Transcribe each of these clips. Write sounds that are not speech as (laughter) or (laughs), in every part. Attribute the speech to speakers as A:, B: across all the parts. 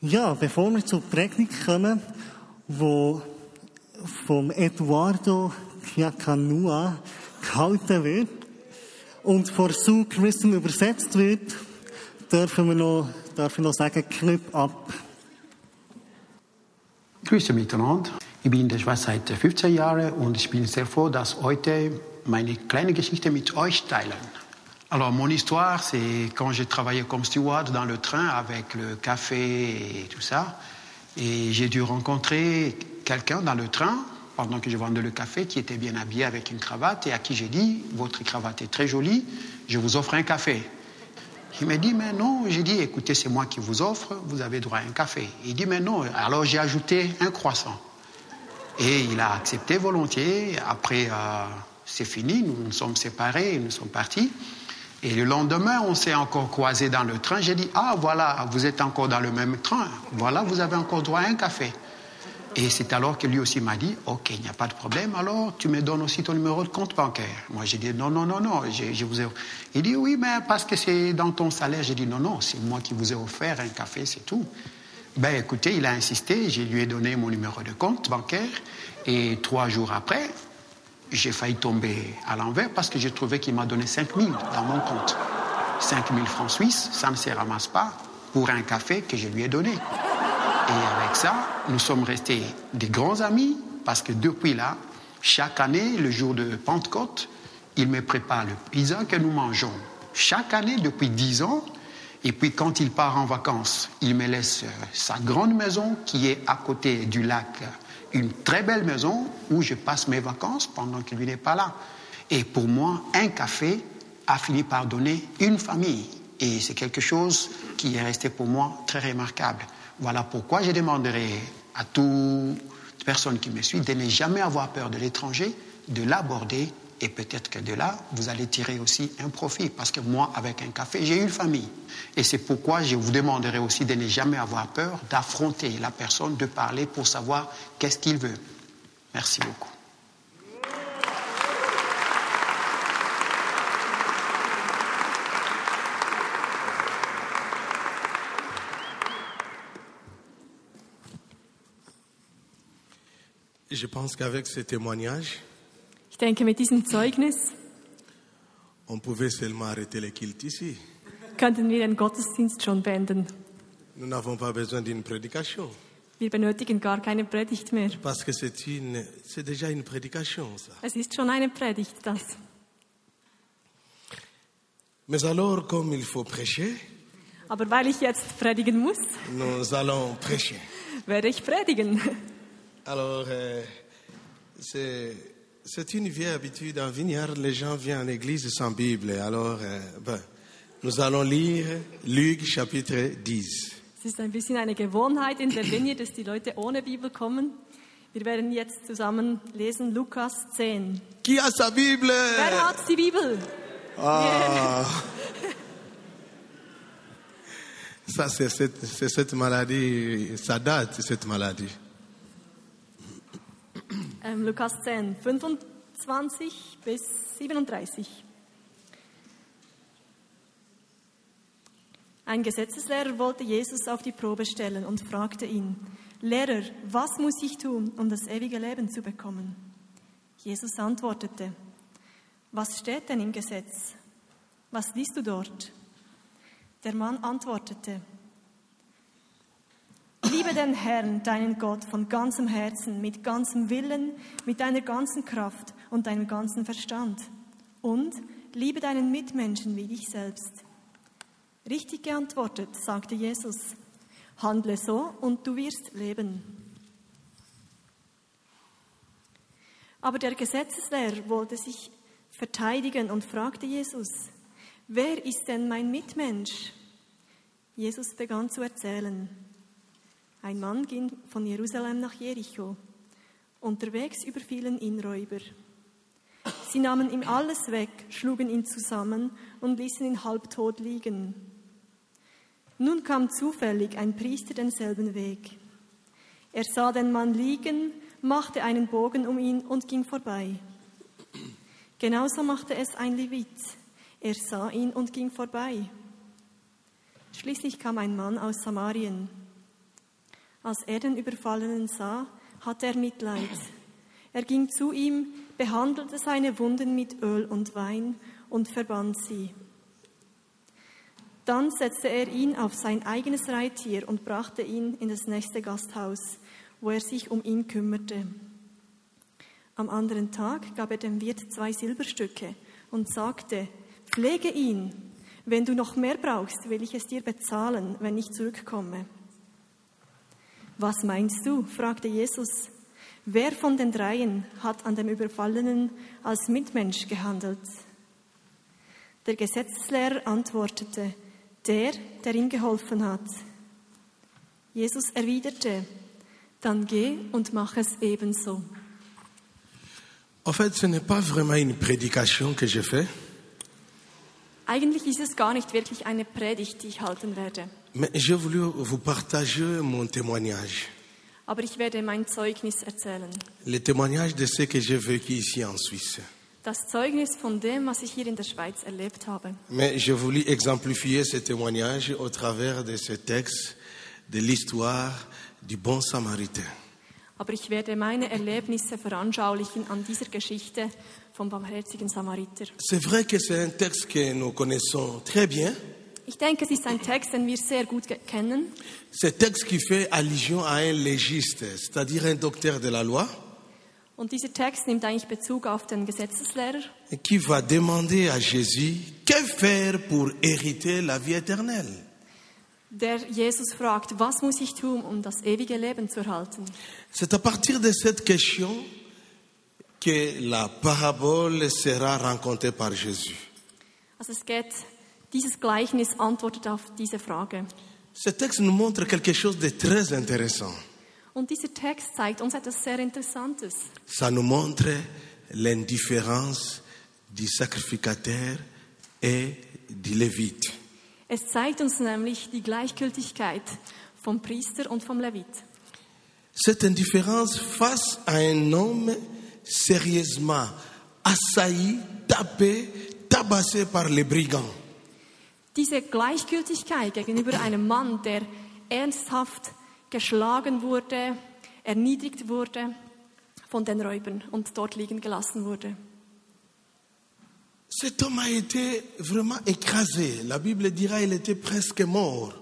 A: Ja, bevor wir zur Predigt kommen, wo vom Eduardo Giacanua gehalten wird und vor Sue Christen übersetzt wird, dürfen wir noch, dürfen wir noch sagen, Clip ab.
B: Grüße miteinander. Ich bin in der Schweiz seit 15 Jahren und ich bin sehr froh, dass heute meine kleine Geschichte mit euch teilen. Alors mon histoire, c'est quand j'ai travaillé comme steward dans le train avec le café et tout ça, et j'ai dû rencontrer quelqu'un dans le train pendant que je vendais le café qui était bien habillé avec une cravate et à qui j'ai dit votre cravate est très jolie, je vous offre un café. Il m'a dit, mais non, j'ai dit, écoutez, c'est moi qui vous offre, vous avez droit à un café. Il dit, mais non, alors j'ai ajouté un croissant. Et il a accepté volontiers. Après, euh, c'est fini, nous nous sommes séparés, nous sommes partis. Et le lendemain, on s'est encore croisés dans le train. J'ai dit, ah voilà, vous êtes encore dans le même train. Voilà, vous avez encore droit à un café. Et c'est alors que lui aussi m'a dit, OK, il n'y a pas de problème, alors tu me donnes aussi ton numéro de compte bancaire. Moi, j'ai dit, non, non, non, non, je, je vous ai... Il dit, oui, mais parce que c'est dans ton salaire. J'ai dit, non, non, c'est moi qui vous ai offert un café, c'est tout. Ben écoutez, il a insisté, je lui ai donné mon numéro de compte bancaire, et trois jours après, j'ai failli tomber à l'envers parce que j'ai trouvé qu'il m'a donné 5 000 dans mon compte. 5 000 francs suisses, ça ne se ramasse pas pour un café que je lui ai donné. Et avec ça, nous sommes restés des grands amis parce que depuis là, chaque année, le jour de Pentecôte, il me prépare le pizza que nous mangeons. Chaque année, depuis dix ans, et puis quand il part en vacances, il me laisse euh, sa grande maison qui est à côté du lac, une très belle maison où je passe mes vacances pendant qu'il n'est pas là. Et pour moi, un café a fini par donner une famille. Et c'est quelque chose qui est resté pour moi très remarquable. Voilà pourquoi je demanderai à toute personne qui me suit de ne jamais avoir peur de l'étranger, de l'aborder et peut-être que de là, vous allez tirer aussi un profit. Parce que moi, avec un café, j'ai une famille. Et c'est pourquoi je vous demanderai aussi de ne jamais avoir peur d'affronter la personne, de parler pour savoir qu'est-ce qu'il veut. Merci beaucoup.
C: Je pense qu'avec ce témoignage,
D: Ich denke, mit diesem Zeugnis
C: on pouvait seulement arrêter les cultes ici.
D: könnten wir den Gottesdienst schon beenden.
C: Nous n'avons pas besoin d'une prédication,
D: Wir benötigen gar keine Predigt mehr.
C: parce que c'est une, c'est déjà une prédication, ça.
D: Es ist schon eine Predigt, das.
C: Mais alors, comme il faut prêcher,
D: Aber weil ich jetzt predigen muss,
C: nous allons prêcher.
D: werde ich predigen.
C: Alors, euh, c'est, c'est une vieille habitude en Vignard, les gens viennent en église sans Bible. Alors, euh, ben, nous allons lire Luc chapitre 10.
D: Es ist ein bisschen eine Gewohnheit in der Linie, dass die Leute ohne Bibel kommen. Wir werden jetzt zusammen lesen Lukas 10.
C: Qui a sa Bible
D: Wer hat die Bibel?
C: Ah. Ça, c'est cette, c'est cette maladie, ça date, cette maladie.
D: Ähm, Lukas 10, 25 bis 37. Ein Gesetzeslehrer wollte Jesus auf die Probe stellen und fragte ihn, Lehrer, was muss ich tun, um das ewige Leben zu bekommen? Jesus antwortete, was steht denn im Gesetz? Was liest du dort? Der Mann antwortete, Liebe den Herrn, deinen Gott, von ganzem Herzen, mit ganzem Willen, mit deiner ganzen Kraft und deinem ganzen Verstand. Und liebe deinen Mitmenschen wie dich selbst. Richtig geantwortet, sagte Jesus, handle so und du wirst leben. Aber der Gesetzeslehrer wollte sich verteidigen und fragte Jesus, wer ist denn mein Mitmensch? Jesus begann zu erzählen. Ein Mann ging von Jerusalem nach Jericho. Unterwegs überfielen ihn Räuber. Sie nahmen ihm alles weg, schlugen ihn zusammen und ließen ihn halbtot liegen. Nun kam zufällig ein Priester denselben Weg. Er sah den Mann liegen, machte einen Bogen um ihn und ging vorbei. Genauso machte es ein Levit. Er sah ihn und ging vorbei. Schließlich kam ein Mann aus Samarien. Als er den Überfallenen sah, hatte er Mitleid. Er ging zu ihm, behandelte seine Wunden mit Öl und Wein und verband sie. Dann setzte er ihn auf sein eigenes Reittier und brachte ihn in das nächste Gasthaus, wo er sich um ihn kümmerte. Am anderen Tag gab er dem Wirt zwei Silberstücke und sagte, pflege ihn, wenn du noch mehr brauchst, will ich es dir bezahlen, wenn ich zurückkomme. Was meinst du? fragte Jesus. Wer von den dreien hat an dem Überfallenen als Mitmensch gehandelt? Der Gesetzeslehrer antwortete, der, der ihm geholfen hat. Jesus erwiderte, dann geh und mach es ebenso.
C: En fait, ce n'est pas vraiment une prédication que je fais,
D: Eigentlich ist es gar nicht wirklich eine Predigt, die ich halten werde,
C: mais j'ai voulu vous partager mon témoignage.
D: aber ich werde mein Zeugnis erzählen.
C: Le témoignage de ce que j'ai vécu ici en Suisse.
D: Das Zeugnis von dem, was ich hier in der Schweiz erlebt habe.
C: Mais j'ai voulu exemplifier ce témoignage au travers de ce texte de l'histoire du bon samaritain.
D: Aber ich werde meine Erlebnisse veranschaulichen an dieser Geschichte vom barmherzigen Samariter.
C: C'est vrai que c'est un texte que nous connaissons très bien.
D: Ich denke, es ist ein Text, den wir sehr gut ge- kennen.
C: C'est un texte qui fait allusion à un légiste, c'est-à-dire un docteur de la loi,
D: Und dieser Text nimmt eigentlich Bezug auf den Gesetzeslehrer,
C: qui va demander à Jésus que faire pour hériter la vie éternelle.
D: der Jesus fragt, was muss ich tun, um das ewige Leben zu erhalten?
C: C'est à partir de cette question que la parabole sera rencontrée par Jésus.
D: Also es geht, dieses Gleichnis antwortet auf diese Frage.
C: Ce texte nous montre quelque chose de très intéressant.
D: Und dieser Text zeigt uns etwas sehr Interessantes.
C: Ça nous montre l'indifférence du sacrificateur et du lévite.
D: Es zeigt uns nämlich die Gleichgültigkeit vom Priester und vom Levit.
C: Cette indifférence face à un homme sérieusement assailli, tapé, tabassé par les brigands.
D: Diese Gleichgültigkeit gegenüber einem Mann, der ernsthaft geschlagen wurde, erniedrigt wurde von den Räubern und dort liegen gelassen wurde.
C: Cet homme a été vraiment écrasé. La Bible dira il était presque mort.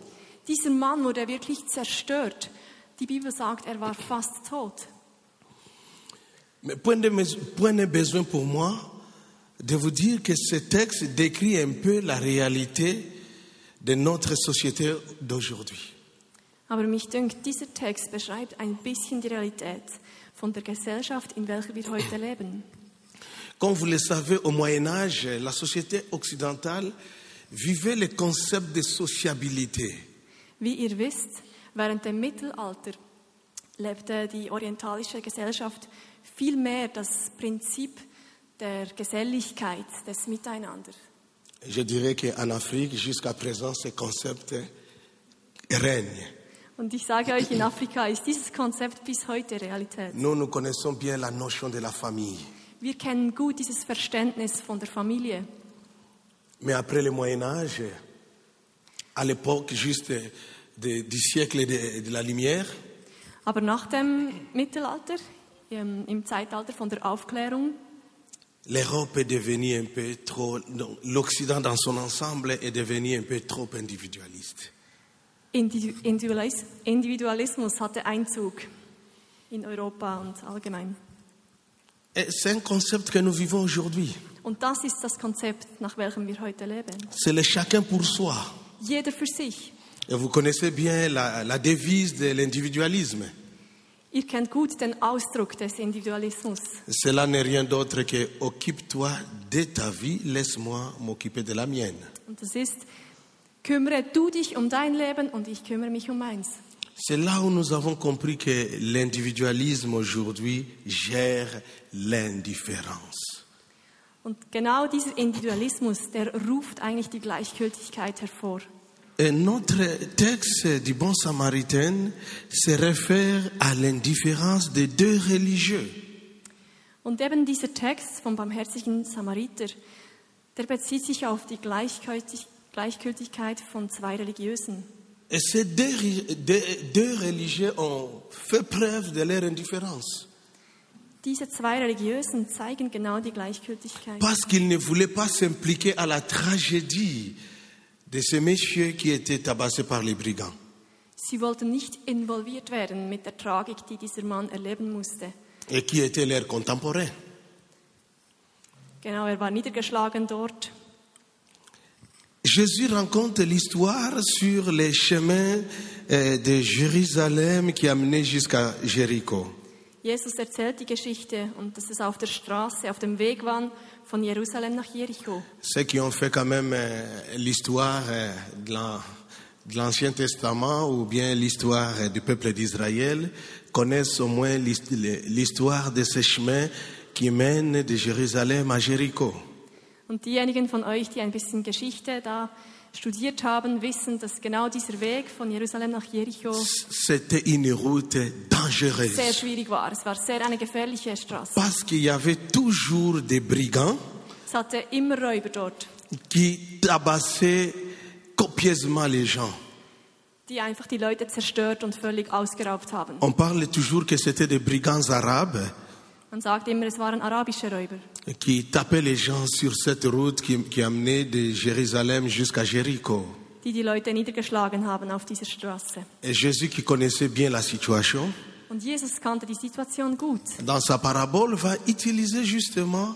D: Dieser Mann wurde wirklich zerstört. Die Bibel sagt, er war fast tot.
C: Mais point de, mes- point de besoin pour moi de vous dire que ce texte décrit un peu la réalité de notre société d'aujourd'hui.
D: Aber mich dünkt, dieser Text beschreibt ein bisschen die Realität von der Gesellschaft, in welcher wir heute leben.
C: Comme vous le savez, au Moyen Âge, la société occidentale vivait le concept de sociabilité.
D: Wie ihr wisst, während dem Mittelalter lebte die orientalische Gesellschaft viel mehr das Prinzip der Geselligkeit, des Miteinander.
C: Je dirais qu'en Afrique, jusqu'à présent, ce concept règne.
D: Und ich sage euch, in Afrika ist dieses Konzept bis heute Realität.
C: Nous, nous connaissons bien la notion de la famille.
D: Wir kennen gut dieses Verständnis von der Familie.
C: Mais après le Moyen Âge, à l'époque juste de- du siècle de- de la lumière,
D: Aber nach dem Mittelalter, im im Zeitalter von der Aufklärung,
C: L'Europe est devenue un peu trop, non, l'Occident dans son ensemble est devenu un peu trop individualiste.
D: Individu- Individualis- Individualismus hatte Einzug in Europa und allgemein.
C: Et c'est un concept que nous vivons aujourd'hui.
D: Und das ist das Konzept, nach welchem wir heute leben.
C: C'est le chacun pour soi.
D: Jeder für sich.
C: Et vous connaissez bien la, la devise de l'individualisme.
D: Ihr kennt gut den Ausdruck des Individualismus.
C: Cela n'est rien d'autre que occupe-toi de ta vie, laisse-moi m'occuper de la mienne.
D: Und das ist, kümmere du dich um dein Leben und ich kümmere mich um meins.
C: C'est là où nous avons compris que l'individualisme aujourd'hui gère l'indifférence.
D: Und genau dieser Individualismus, der ruft eigentlich die Gleichgültigkeit hervor.
C: Et notre texte du bon samaritain se réfère à l'indifférence des deux religieux.
D: Und eben dieser Text vom barmherzigen Samariter, der bezieht sich auf die Gleichgültig- Gleichgültigkeit von zwei Religiösen.
C: Et ces deux, ri- deux, deux religieux ont fait preuve de leur indifférence
D: Diese zwei Religiösen zeigen genau die Gleichgültigkeit,
C: parce qu'ils ne voulaient pas s'impliquer à la tragédie de ce monsieur qui était tabassé par les brigands.
D: Sie wollten nicht involviert werden mit der Tragik, die dieser Mann erleben musste.
C: et qui étaient leurs contemporains.
D: Genau, er war niedergeschlagen dort.
C: Jésus raconte l'histoire sur les chemins euh, de Jérusalem qui amenaient jusqu'à Jéricho.
D: Jesus erzählt die Geschichte und dass es auf der Straße, auf dem Weg war von Jerusalem nach Jericho.
C: Ceux qui ont fait quand même euh, l'histoire euh, de l'An- de l'Ancien Testament ou bien l'histoire euh, du peuple d'Israël connaissent au moins l'hist- l'histoire de ces chemins qui mènent de Jérusalem à Jéricho.
D: Und diejenigen von euch, die ein bisschen Geschichte da studiert haben, wissen, dass genau dieser Weg von Jerusalem nach Jericho
C: C'était une route
D: sehr
C: dangereuse
D: schwierig war. Es war sehr eine gefährliche Straße.
C: parce qu'il y avait toujours des brigands
D: Es hatte immer Räuber dort,
C: qui tabassait copieusement les gens.
D: die einfach die Leute zerstört und völlig ausgeraubt haben.
C: On parle toujours que c'était des brigands arabes
D: Man sagt immer, es waren arabische Räuber.
C: qui tapaient les gens sur cette route qui, qui amenait de Jérusalem jusqu'à Jéricho.
D: die die Leute niedergeschlagen haben auf dieser Straße.
C: Et Jésus, qui connaissait bien la situation,
D: Und Jesus kannte die Situation gut.
C: dans sa parabole, va utiliser justement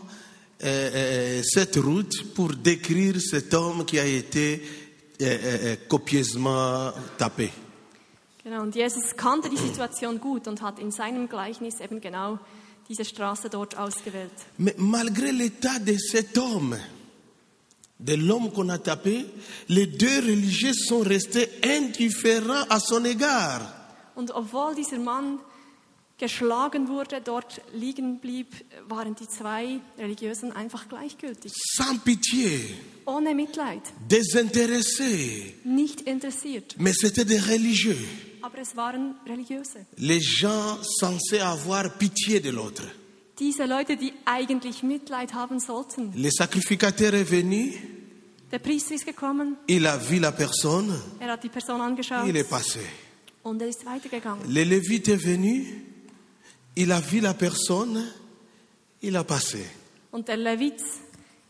C: euh, euh, cette route pour décrire cet homme qui a été euh, euh, euh, copieusement tapé.
D: Genau, und Jesus kannte die Situation gut und hat in seinem Gleichnis eben genau diese Straße dort ausgewählt.
C: Mais malgré l'état de cet homme, de l'homme qu'on a tapé, les deux religieux sont restés indifférents à son égard.
D: Und obwohl dieser Mann geschlagen wurde, dort liegen blieb, waren die zwei Religiösen einfach gleichgültig,
C: Sans pitié,
D: ohne Mitleid,
C: désintéressés.
D: nicht interessiert.
C: Mais c'était des religieux.
D: Aber es waren Religiöse.
C: Les gens censés avoir pitié de l'autre.
D: Diese Leute, die eigentlich Mitleid haben sollten.
C: Le sacrificateur est venu,
D: Der Priester ist gekommen,
C: il a vu la personne,
D: er hat die Person angeschaut.
C: il est passé.
D: Und er ist weitergegangen.
C: Le lévite est venu, il a vu la personne, il a passé.
D: Und der Levit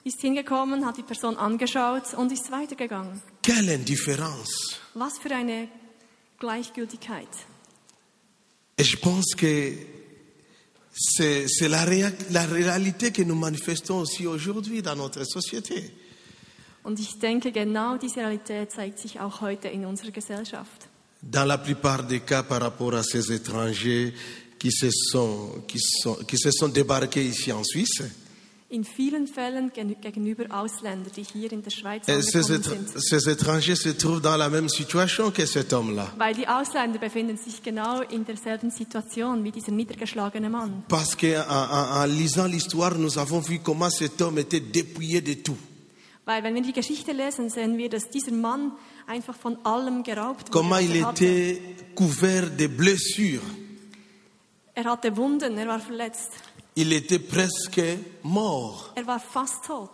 D: ist hingekommen, hat die Person angeschaut und ist weitergegangen.
C: Quelle indifférence!
D: Was für eine Gleichgültigkeit.
C: Et je pense que c'est c'est la, réa- la réalité que nous manifestons aussi aujourd'hui dans notre société.
D: Und ich denke, genau diese Realität zeigt sich auch heute in unserer Gesellschaft.
C: Dans la plupart des cas par rapport à ces étrangers qui se sont, qui sont, qui se sont débarqués ici en Suisse,
D: In vielen Fällen gen- gegenüber Ausländern, die hier in der Schweiz
C: Et ces,
D: angekommen
C: étr-
D: sind.
C: ces étrangers se trouvent dans la même situation que cet homme-là.
D: Weil die Ausländer befinden sich genau in derselben Situation wie dieser niedergeschlagene Mann.
C: Parce qu'en en, en lisant l'histoire, nous avons vu comment cet homme était dépouillé de tout.
D: Weil wenn wir die Geschichte lesen, sehen wir, dass dieser Mann einfach von allem geraubt wurde.
C: Comment
D: was
C: il
D: er hatte.
C: était couvert de blessures.
D: Er hatte Wunden, er war verletzt,
C: Il était presque mort.
D: er war fast tot.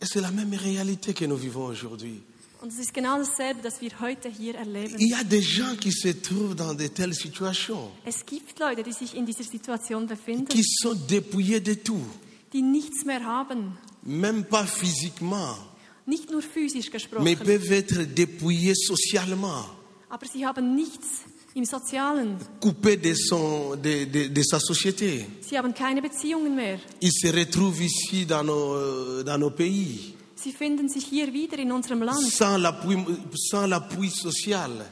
C: Et c'est la même réalité que nous vivons aujourd'hui.
D: Und es ist genau dasselbe, das wir heute hier erleben.
C: Il y a des gens qui se trouvent dans de telles situations,
D: Es gibt Leute, die sich in dieser Situation befinden,
C: qui sont dépouillés de tout,
D: die nichts mehr haben.
C: même pas physiquement,
D: Nicht nur physisch
C: mais
D: gesprochen,
C: peuvent être dépouillés socialement,
D: aber sie haben nichts im Sozialen.
C: coupés de, son, de, de- de sa société.
D: Sie haben keine Beziehungen mehr.
C: Ils se retrouvent ici dans nos, euh, dans nos pays,
D: Sie finden sich hier wieder in unserem Land,
C: sans l'appui sans l'appui social,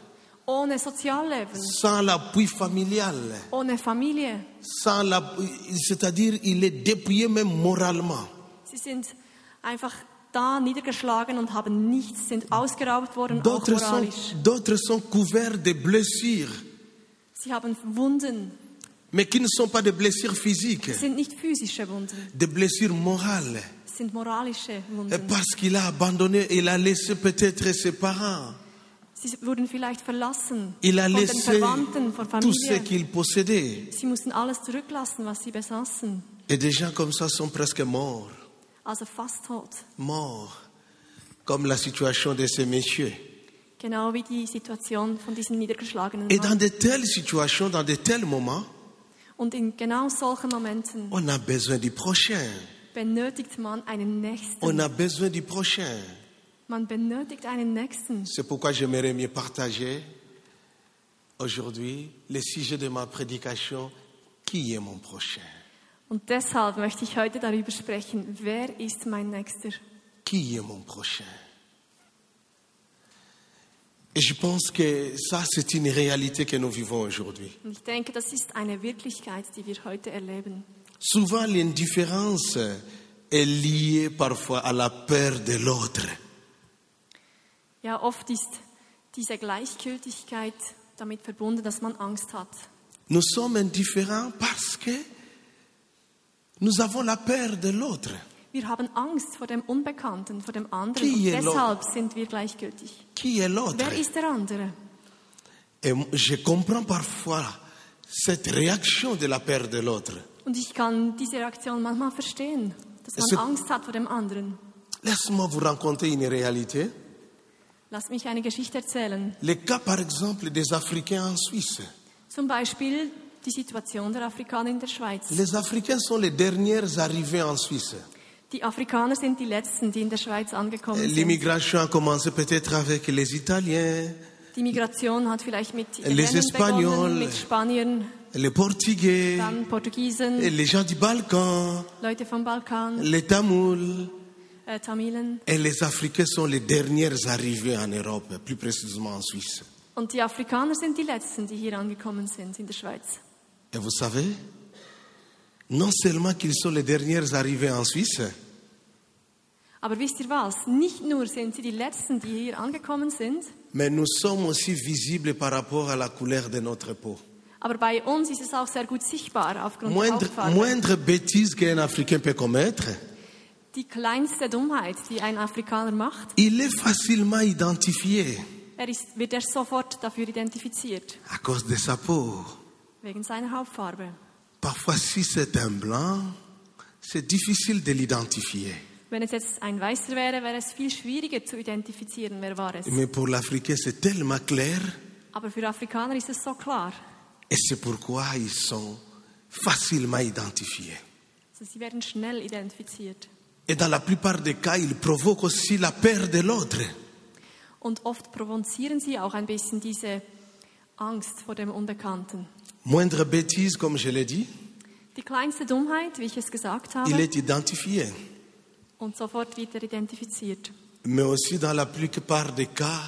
D: ohne Sozialleben,
C: sans l'appui familial,
D: ohne Familie.
C: sans l'appui- c'est-à-dire il est dépouillé même moralement.
D: Sie sind einfach da niedergeschlagen und haben nichts, sind ausgeraubt worden, auch
C: D'autres sont,
D: moralisch.
C: d'autres sont couverts de blessures,
D: Sie haben Wunden,
C: mais qui ne sont pas des blessures physiques,
D: Es sind nicht physische Wunden,
C: des blessures morales.
D: es sind moralische
C: Et
D: Wunden.
C: Parce qu'il a abandonné, il a laissé peut-être ses parents,
D: Sie wurden vielleicht verlassen
C: il a
D: von den
C: laissé
D: Verwandten, von
C: tout ce
D: Familie.
C: qu'il possédait.
D: Sie mussten alles zurücklassen, was sie besaßen.
C: Et des gens comme ça sont presque morts,
D: Also fast tot.
C: morts, comme la situation de ces messieurs.
D: Genau wie die Situation von diesem niedergeschlagenen
C: Et dans
D: Mann.
C: de telles situations, dans de tels moments,
D: Und in genau solchen Momenten
C: on a besoin du prochain.
D: benötigt man einen Nächsten.
C: On a besoin du prochain.
D: Man benötigt einen Nächsten.
C: C'est pourquoi j'aimerais mieux partager aujourd'hui le sujet de ma prédication, qui est mon prochain
D: Und deshalb möchte ich heute darüber sprechen, wer ist mein Nächster?
C: Qui est mon prochain Et je pense que ça, c'est une réalité que nous vivons aujourd'hui.
D: Und ich denke, das ist eine Wirklichkeit, die wir heute erleben.
C: Souvent, l'indifférence est liée parfois à la peur de l'autre.
D: Ja, oft ist diese Gleichgültigkeit damit verbunden, dass man Angst hat.
C: Nous sommes indifférents parce que nous avons la peur de l'autre.
D: Wir haben Angst vor dem Unbekannten, vor dem anderen. Und
C: Kielo.
D: deshalb sind wir gleichgültig.
C: Qui est l'autre
D: Wer ist der andere?
C: Et je comprends parfois cette réaction de la peur de l'autre.
D: Und ich kann diese Reaktion manchmal verstehen, dass
C: Es-
D: man Angst hat vor dem anderen.
C: Laisse-moi vous raconter une réalité.
D: Lass mich eine Geschichte erzählen.
C: Le cas, par exemple, des Africains en Suisse.
D: Zum Beispiel die Situation der Afrikaner in der Schweiz.
C: Les Africains sont les dernières arrivées en Suisse.
D: Die Afrikaner sind die Letzten, die in der Schweiz
C: Äh,
D: angekommen sind.
C: L'immigration a commencé peut-être avec les Italiens,
D: Die Migration hat vielleicht mit
C: Äh, Les
D: Italienern
C: Espagnol.
D: begonnen, mit Spaniern,
C: les Portugais,
D: dann
C: et
D: Portugiesen,
C: les gens du Balkan,
D: Leute vom Balkan,
C: les Tamouls.
D: äh, Tamilen.
C: Et les Africains sont les dernières arrivées en Europe, plus précisément en Suisse.
D: Und die Afrikaner sind die Letzten, die hier angekommen sind in der Schweiz.
C: Et vous savez, non seulement qu'ils sont les dernières arrivées en Suisse,
D: Aber wisst ihr was? Nicht nur sind sie die Letzten, die hier angekommen sind,
C: mais nous sommes aussi visibles par rapport à la couleur de notre peau.
D: aber bei uns ist es auch sehr gut sichtbar aufgrund
C: Moindre,
D: der Hautfarbe.
C: moindre bêtise qu'un Africain peut commettre,
D: Die kleinste Dummheit, die ein Afrikaner macht,
C: il est facilement identifié
D: er ist, wird er sofort dafür identifiziert,
C: à cause de sa peau.
D: wegen seiner Hautfarbe.
C: Parfois, si c'est un blanc, c'est difficile de l'identifier.
D: Wenn es jetzt ein Weißer wäre, wäre es viel schwieriger zu identifizieren, wer war es.
C: Mais pour l'Africain, c'est tellement clair.
D: Aber für Afrikaner ist es so klar.
C: Et c'est pourquoi ils sont facilement identifiés.
D: Also sie werden schnell identifiziert.
C: Et dans la plupart des cas, ils provoquent aussi la peur de l'autre.
D: Und oft provozieren sie auch ein bisschen diese Angst vor dem Unbekannten.
C: Moindre bêtise, comme je l'ai dit,
D: Die kleinste Dummheit, wie ich es gesagt
C: il
D: habe,
C: est identifié.
D: und sofort wird er identifiziert.
C: Mais aussi dans la plupart des cas,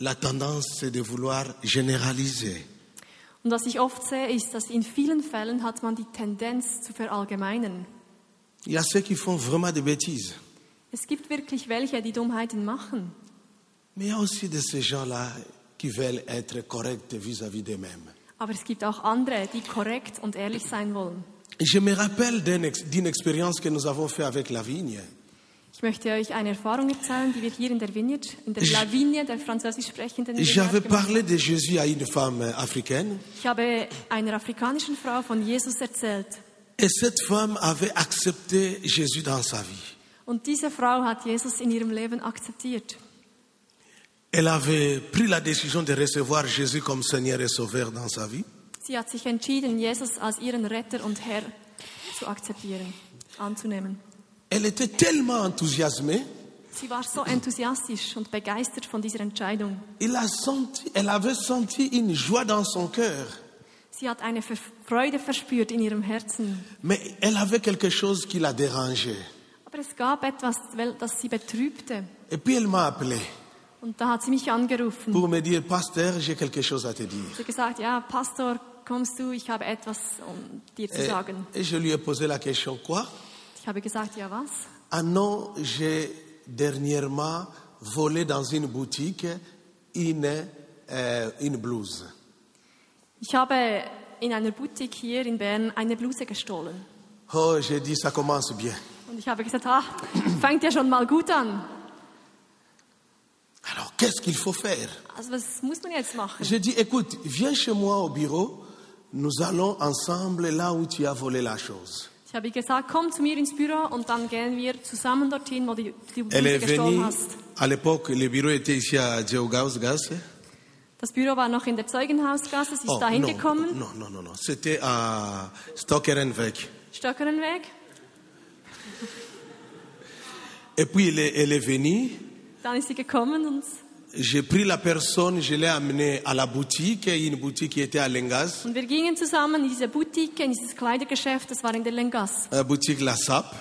C: la tendance c'est de vouloir généraliser.
D: Und was ich oft sehe, ist, dass in vielen Fällen hat man die Tendenz zu verallgemeinern.
C: Il y a ceux qui font vraiment des bêtises.
D: Es gibt wirklich welche, die Dummheiten machen.
C: Mais il y a aussi de ces gens-là qui veulent être corrects vis-à-vis d'eux-mêmes.
D: Aber es gibt auch andere, die korrekt und ehrlich sein wollen.
C: Je me rappelle d'un ex- d'une expérience que nous avons faite avec la vigne.
D: Ich möchte euch eine Erfahrung erzählen, die wir hier in der Vineyard, in der
C: Ich-
D: La Vigne, der französisch sprechenden Vineyard
C: J'avais
D: gemacht
C: parlé de Jésus à une femme africaine.
D: Ich habe einer afrikanischen Frau von Jesus erzählt.
C: Et cette femme avait accepté Jésus dans sa vie.
D: Und diese Frau hat Jesus in ihrem Leben akzeptiert.
C: Elle avait pris la décision de recevoir Jésus comme Seigneur et Sauveur dans sa vie.
D: Sie hat sich entschieden, Jesus als ihren Retter und Herr zu akzeptieren, anzunehmen.
C: Elle était tellement enthousiasmée,
D: Sie war so enthusiastisch und begeistert von dieser Entscheidung.
C: il a senti, elle avait senti une joie dans son cœur.
D: Sie hat eine Ver Freude verspürt in ihrem Herzen.
C: Mais elle avait quelque chose qui la dérangeait.
D: Aber es gab etwas, wel- das sie betrübte.
C: Et puis elle m'a appelé
D: Und da hat sie mich angerufen.
C: pour me dire, Pasteur, j'ai quelque chose à te dire.
D: Sie hat gesagt, ja, Pastor, kommst du, ich habe etwas um dir zu
C: Et,
D: sagen.
C: et je lui ai posé la question, quoi
D: Ich habe gesagt, ja, was?
C: Ah non, j'ai dernièrement volé dans une boutique une, euh, une blouse.
D: Ich habe in einer Boutique hier in Bern eine Bluse gestohlen.
C: Oh, j'ai dit, ça commence bien.
D: Und ich habe gesagt, ah, fängt ja schon mal gut an.
C: Alors, qu'est-ce qu'il faut faire
D: Also was muss man jetzt machen?
C: J'ai dit, écoute, viens chez moi au bureau, nous allons ensemble là où tu as volé la chose.
D: Ich habe ihr gesagt, komm zu mir ins Büro und dann gehen wir zusammen dorthin, wo du die
C: Elle
D: Bücher
C: est
D: gestohlen
C: venue.
D: hast.
C: À l'époque, le bureau était ici à Djeougaouzgas.
D: Das Büro war noch in der Zeugenhausgasse, sie ist
C: Oh,
D: dahin
C: non,
D: gekommen,
C: non, non, non, non. C'était à Stockerenweg.
D: Stöckerenweg.
C: Et puis, elle est, elle est venue.
D: Dann ist sie gekommen und
C: J'ai pris la personne, je l'ai amenée à la boutique, une boutique qui était à Lengas,
D: Und wir gingen zusammen in diese Boutique, in dieses Kleidergeschäft, das war in der Lengas.
C: la boutique La Sape.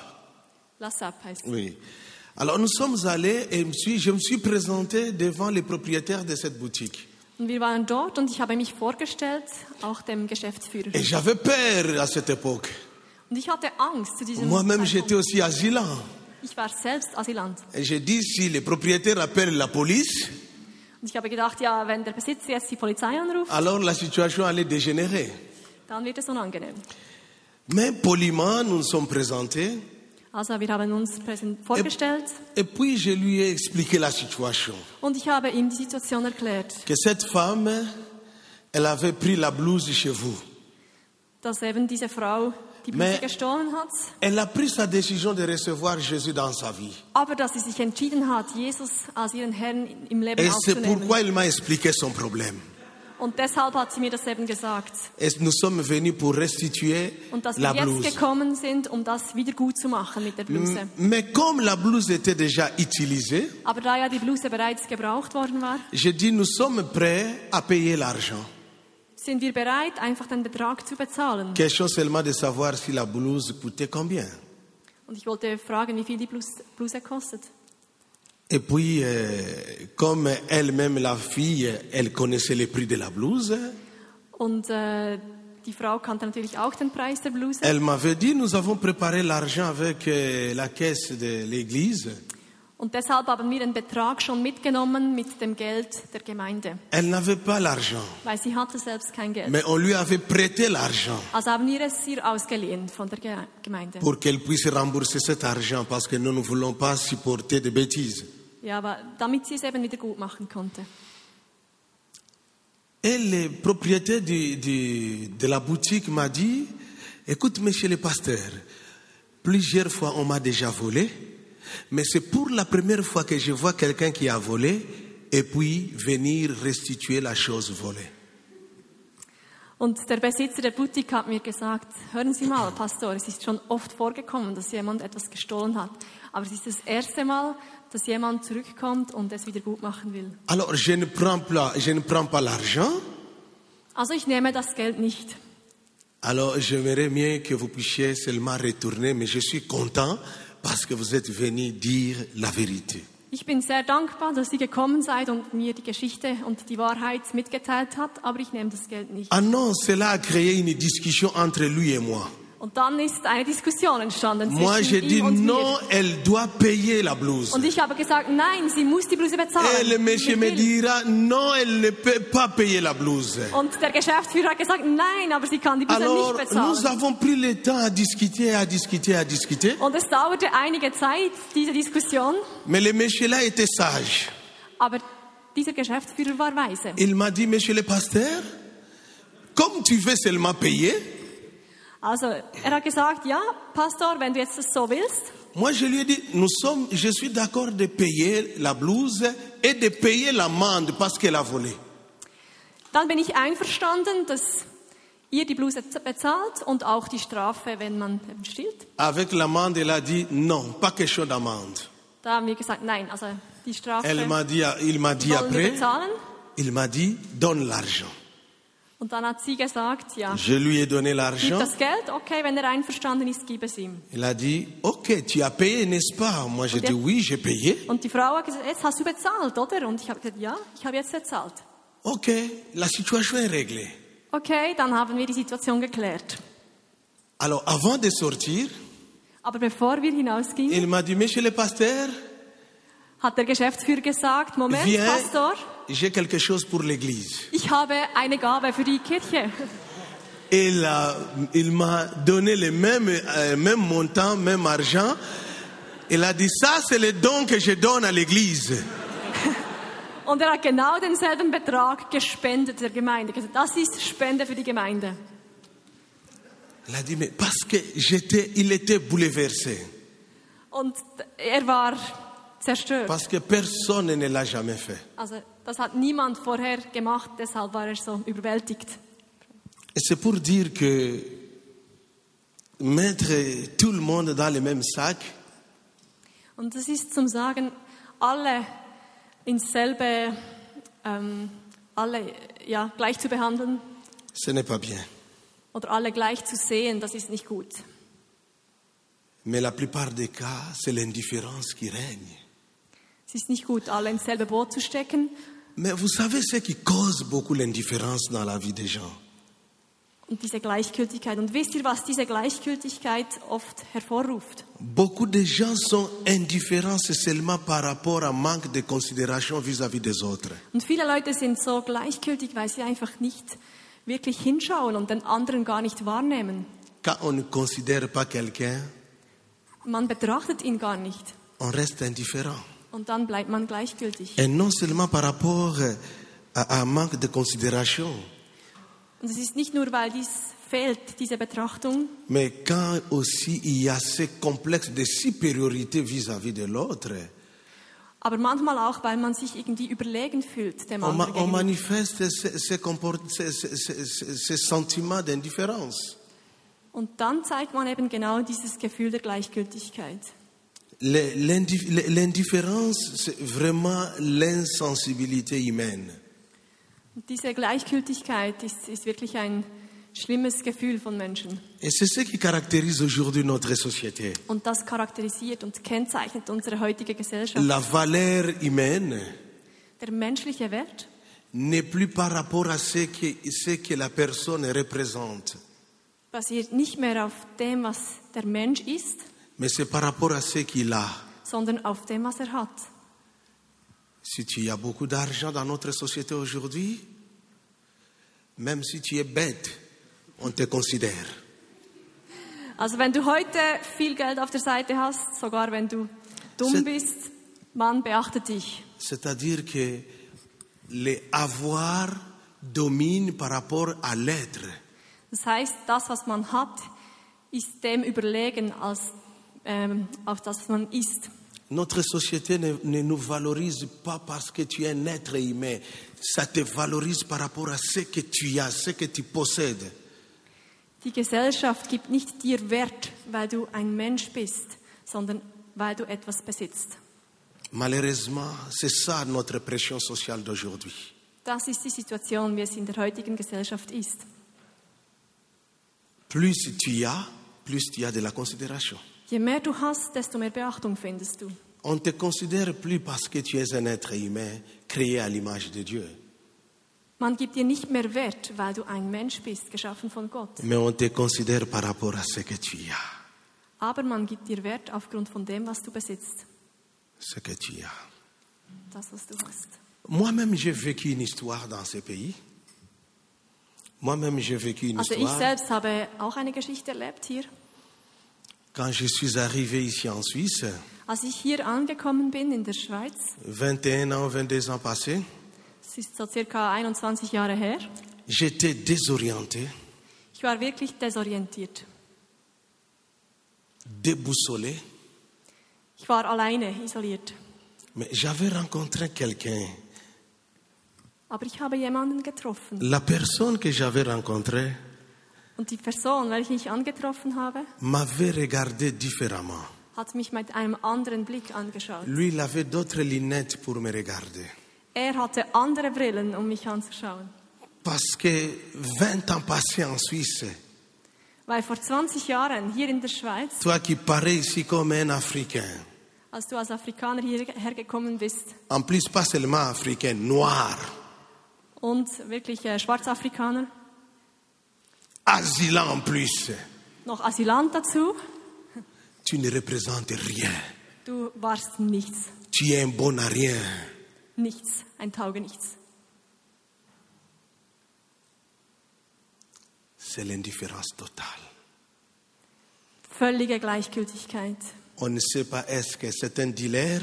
D: Lassab heißt es.
C: Oui. Alors nous sommes allés et je me suis, je me suis présenté devant les propriétaires de cette boutique.
D: Und wir waren dort und ich habe mich vorgestellt, auch dem Geschäftsführer.
C: Et j'avais peur à cette époque.
D: Und ich hatte Angst zu diesem
C: Moi-même, j'étais
D: Zeitpunkt.
C: aussi asylant.
D: Ich war selbst Asylant.
C: Et j'ai dit, si les propriétaires appellent la police,
D: Und ich habe gedacht, ja, wenn der Besitzer jetzt die Polizei anruft,
C: alors la situation allait dégénérer.
D: dann wird es unangenehm.
C: Mais poliment, nous nous sommes présentés.
D: Also wir haben uns präsen- vorgestellt
C: Et puis, je lui ai expliqué la situation.
D: und ich habe ihm die Situation erklärt,
C: Que cette femme, elle avait pris la blouse chez vous.
D: dass eben diese Frau die Bücher
C: Mais-
D: gestohlen hat,
C: Elle a pris sa décision de recevoir Jésus dans sa vie.
D: aber dass sie sich entschieden hat, Jesus als ihren Herrn im Leben
C: Et c'est
D: aufzunehmen.
C: pourquoi elle m'a expliqué son problème.
D: Und deshalb hat sie mir das eben gesagt.
C: Et nous sommes venus pour restituer
D: Und dass
C: la
D: wir jetzt
C: blouse. Mm.
D: gekommen sind, um das wieder gut zu machen mit der Bluse.
C: Mais comme la blouse était déjà utilisée,
D: Aber da ja die Bluse bereits gebraucht worden war,
C: j'ai dit nous sommes prêts à payer l'argent.
D: sind wir bereit, einfach den Betrag zu bezahlen.
C: Question seulement de savoir si la blouse coûtait combien.
D: Und ich wollte fragen, wie viel die Blus- Bluse kostet.
C: Et puis, euh, comme elle-même, la fille, elle connaissait le prix de la blouse,
D: Und äh, die Frau kannte natürlich auch den Preis der Bluse.
C: elle m'avait dit nous avons préparé l'argent avec euh, la caisse de l'église.
D: Und deshalb haben wir den Betrag schon mitgenommen mit dem Geld der Gemeinde.
C: Elle n'avait pas l'argent,
D: Weil sie hatte selbst kein Geld.
C: mais on lui avait prêté l'argent
D: Also haben wir es ihr ausgeliehen von der Ge Gemeinde.
C: pour qu'elle puisse rembourser cet argent parce que nous ne voulons pas supporter de bêtises.
D: Ja, aber damit sie es eben wieder gut machen konnte.
C: Et le propriétaire du- du- de la boutique m'a dit, écoute, monsieur le pasteur, plusieurs fois on m'a déjà volé, mais c'est pour la première fois que je vois quelqu'un qui a volé et puis venir restituer la chose volée.
D: Und der Besitzer der Boutique hat mir gesagt, hören Sie mal, Pastor, es ist schon oft vorgekommen, dass jemand etwas gestohlen hat. Aber es ist das erste Mal, dass jemand zurückkommt und es wieder gut machen will.
C: Alors je ne prends pas, je ne prends pas l'argent,
D: Also ich nehme das Geld nicht.
C: alors j'aimerais mieux que vous puissiez seulement retourner, mais je suis content parce que vous êtes venu dire la vérité.
D: Ich bin sehr dankbar, dass Sie gekommen seid und mir die Geschichte und die Wahrheit mitgeteilt habt, aber ich nehme das Geld nicht.
C: Ah non, cela a créé une discussion entre lui et moi.
D: Und dann ist eine Diskussion entstanden
C: Moi, j'ai
D: zwischen
C: dit
D: ihm und
C: non,
D: mir.
C: elle doit payer la blouse.
D: Und ich habe gesagt, nein, sie muss die Bluse bezahlen.
C: Et Eh, le
D: Ich
C: monsieur me
D: will.
C: dira non, elle ne peut pas payer la blouse.
D: Und der Geschäftsführer hat gesagt, nein, aber sie kann die Bluse
C: Alors,
D: nicht bezahlen.
C: nous avons pris le temps à discuter, à discuter, à discuter.
D: Und es dauerte einige Zeit, diese Diskussion,
C: Mais le monsieur là était sage.
D: aber dieser Geschäftsführer war weise.
C: Il m'a dit, monsieur le pasteur, comme tu veux seulement payer,
D: Also er hat gesagt, ja, Pastor, wenn du jetzt das so willst,
C: moi je lui ai dit, nous sommes, je suis d'accord de payer la blouse et de payer l'amende parce qu'elle a volé.
D: dann bin ich einverstanden, dass ihr die Bluse z- bezahlt und auch die Strafe, wenn man eben stiehlt.
C: Avec l'amende, elle a dit non, pas question d'amende.
D: Da haben wir gesagt, nein, also die Strafe
C: Elle
D: wollen
C: m'a dit, ah, il m'a dit
D: wir
C: après,
D: bezahlen.
C: il m'a dit, donne l'argent.
D: Und dann hat sie gesagt, ja,
C: Je lui ai donné
D: gib
C: l'argent.
D: das Geld, okay, wenn er einverstanden ist, gib es ihm.
C: Il a dit, ok, tu as payé, n'est-ce pas Moi, j'ai
D: Ok.
C: dit, oui, j'ai payé.
D: Und die Frau hat gesagt, jetzt hast du bezahlt, oder? Und ich habe gesagt, ja, ich habe jetzt bezahlt.
C: Ok, la situation est réglée.
D: Okay, dann haben wir die Situation geklärt.
C: Alors, avant de sortir,
D: Aber bevor wir hinausgingen,
C: il m'a dit, monsieur le pasteur,
D: hat der Geschäftsführer gesagt, Moment,
C: viens,
D: Pastor,
C: j'ai quelque chose pour l'église.
D: ich habe eine Gabe für die Kirche.
C: Et là, il m'a donné le même, euh, même montant, même argent. Il a dit, ça, c'est le don que je donne à l'église.
D: Und er hat genau denselben Betrag gespendet der Gemeinde. Gesagt, Das ist Spende für die Gemeinde.
C: Elle a dit, mais parce que j'étais, il était bouleversé.
D: Und er war zerstört.
C: Parce que personne ne l'a jamais fait.
D: Also das hat niemand vorher gemacht, deshalb war er so überwältigt.
C: Et c'est pour dire que mettre tout le monde dans le même sac,
D: Und das ist zum Sagen, alle ins selbe, ähm, alle ja, gleich zu behandeln
C: ce n'est pas bien.
D: oder alle gleich zu sehen, das ist nicht gut.
C: Mais la plupart des cas, c'est l'indifférence qui règne.
D: Es ist nicht gut, alle ins selbe Boot zu stecken.
C: Mais vous savez ce qui cause beaucoup l'indifférence dans la vie des gens
D: Und diese Gleichgültigkeit. Und wisst ihr, was diese Gleichgültigkeit oft hervorruft?
C: Beaucoup de gens sont indifférents seulement par rapport à manque de considération vis-à-vis des autres.
D: Und viele Leute sind so gleichgültig, weil sie einfach nicht wirklich hinschauen und den anderen gar nicht wahrnehmen.
C: Quand on ne considère pas quelqu'un,
D: Man betrachtet ihn gar nicht
C: on reste indifférent.
D: und dann bleibt man gleichgültig.
C: Et non seulement par rapport euh, à à un manque de considération,
D: Und es ist nicht nur, weil dies fehlt, diese Betrachtung,
C: mais quand aussi il y a ce complexe de supériorité vis-à-vis de l'autre,
D: aber manchmal auch, weil man sich irgendwie überlegen fühlt dem
C: on, ma-
D: anderen.
C: on
D: gegenüber.
C: manifeste ce, ce comport- ce- ce- ce- ce- ce sentiment d'indifférence.
D: Und dann zeigt man eben genau dieses Gefühl der Gleichgültigkeit.
C: Le- l'indi- le- L'indifférence, c'est vraiment l'insensibilité humaine.
D: Und diese Gleichgültigkeit ist, ist wirklich ein schlimmes Gefühl von Menschen.
C: Et c'est ce qui caractérise aujourd'hui notre société.
D: Und das charakterisiert und kennzeichnet unsere heutige Gesellschaft.
C: La valeur humaine
D: Der menschliche Wert
C: n'est plus par rapport à ce que, ce que la personne représente,
D: basiert nicht mehr auf dem, was der Mensch ist,
C: mais c'est par rapport à ce qu'il a.
D: sondern auf dem, was er hat.
C: Si tu as beaucoup d'argent dans notre société aujourd'hui, même si tu es bête, on te considère.
D: Also wenn du heute viel Geld auf der Seite hast, sogar wenn du dumm
C: Se-
D: bist, man beachtet dich.
C: C'est-à-dire que les avoir domine par rapport à l'être.
D: Das heißt, das, was man hat, ist dem überlegen als ähm, auf das, was man ist.
C: Notre société ne, ne nous valorise pas parce que tu es un être humain. Ça te valorise par rapport à ce que tu as, ce que tu possèdes.
D: Die Gesellschaft gibt nicht dir Wert, weil du ein Mensch bist, sondern weil du etwas besitzt.
C: Malheureusement, c'est ça notre pression sociale d'aujourd'hui.
D: Das ist die Situation, wie es in der heutigen Gesellschaft ist.
C: Plus tu as, plus tu as de la considération.
D: Je mehr du hast, desto mehr Beachtung findest du.
C: On ne te considère plus parce que tu es un être humain créé à l'image de Dieu,
D: Man gibt dir nicht mehr Wert, weil du ein Mensch bist, geschaffen von Gott.
C: mais on te considère par rapport à ce que tu as,
D: Aber man gibt dir Wert aufgrund von dem, was du besitzt.
C: ce que tu as.
D: Das, was du hast.
C: Moi-même, j'ai vécu une histoire dans ce pays. Moi-même, j'ai vécu une
D: Also ich
C: histoire.
D: selbst habe auch eine Geschichte erlebt hier.
C: Quand je suis arrivé ici en Suisse,
D: Als ich hier angekommen bin in der Schweiz,
C: 21 ans, 22 ans passés,
D: es ist so circa 21 Jahre her,
C: j'étais désorienté,
D: ich war wirklich desorientiert.
C: déboussolé,
D: Ich war alleine, isoliert.
C: mais j'avais rencontré quelqu'un.
D: Aber ich habe jemanden getroffen.
C: La personne que j'avais rencontrée
D: Und die Person, welche ich angetroffen habe,
C: m'avait regardé différemment.
D: hat mich mit einem anderen Blick angeschaut.
C: Lui, il avait d'autres lunettes pour me regarder.
D: Er hatte andere Brillen, um mich anzuschauen.
C: Parce que 20 ans passés en Suisse,
D: Weil vor 20 Jahren hier in der Schweiz,
C: toi qui parais ici comme un Africain,
D: als du als Afrikaner hierher gekommen bist
C: en plus pas seulement Africain, noir,
D: und wirklich äh, Schwarzafrikaner,
C: asilant en plus,
D: noch Asylant dazu,
C: tu ne représentes rien.
D: du warst nichts.
C: Tu es un bon à rien.
D: Nichts, ein Taugenichts.
C: C'est l'indifférence totale.
D: Völlige Gleichgültigkeit.
C: On ne sait pas est-ce que c'est un dealer.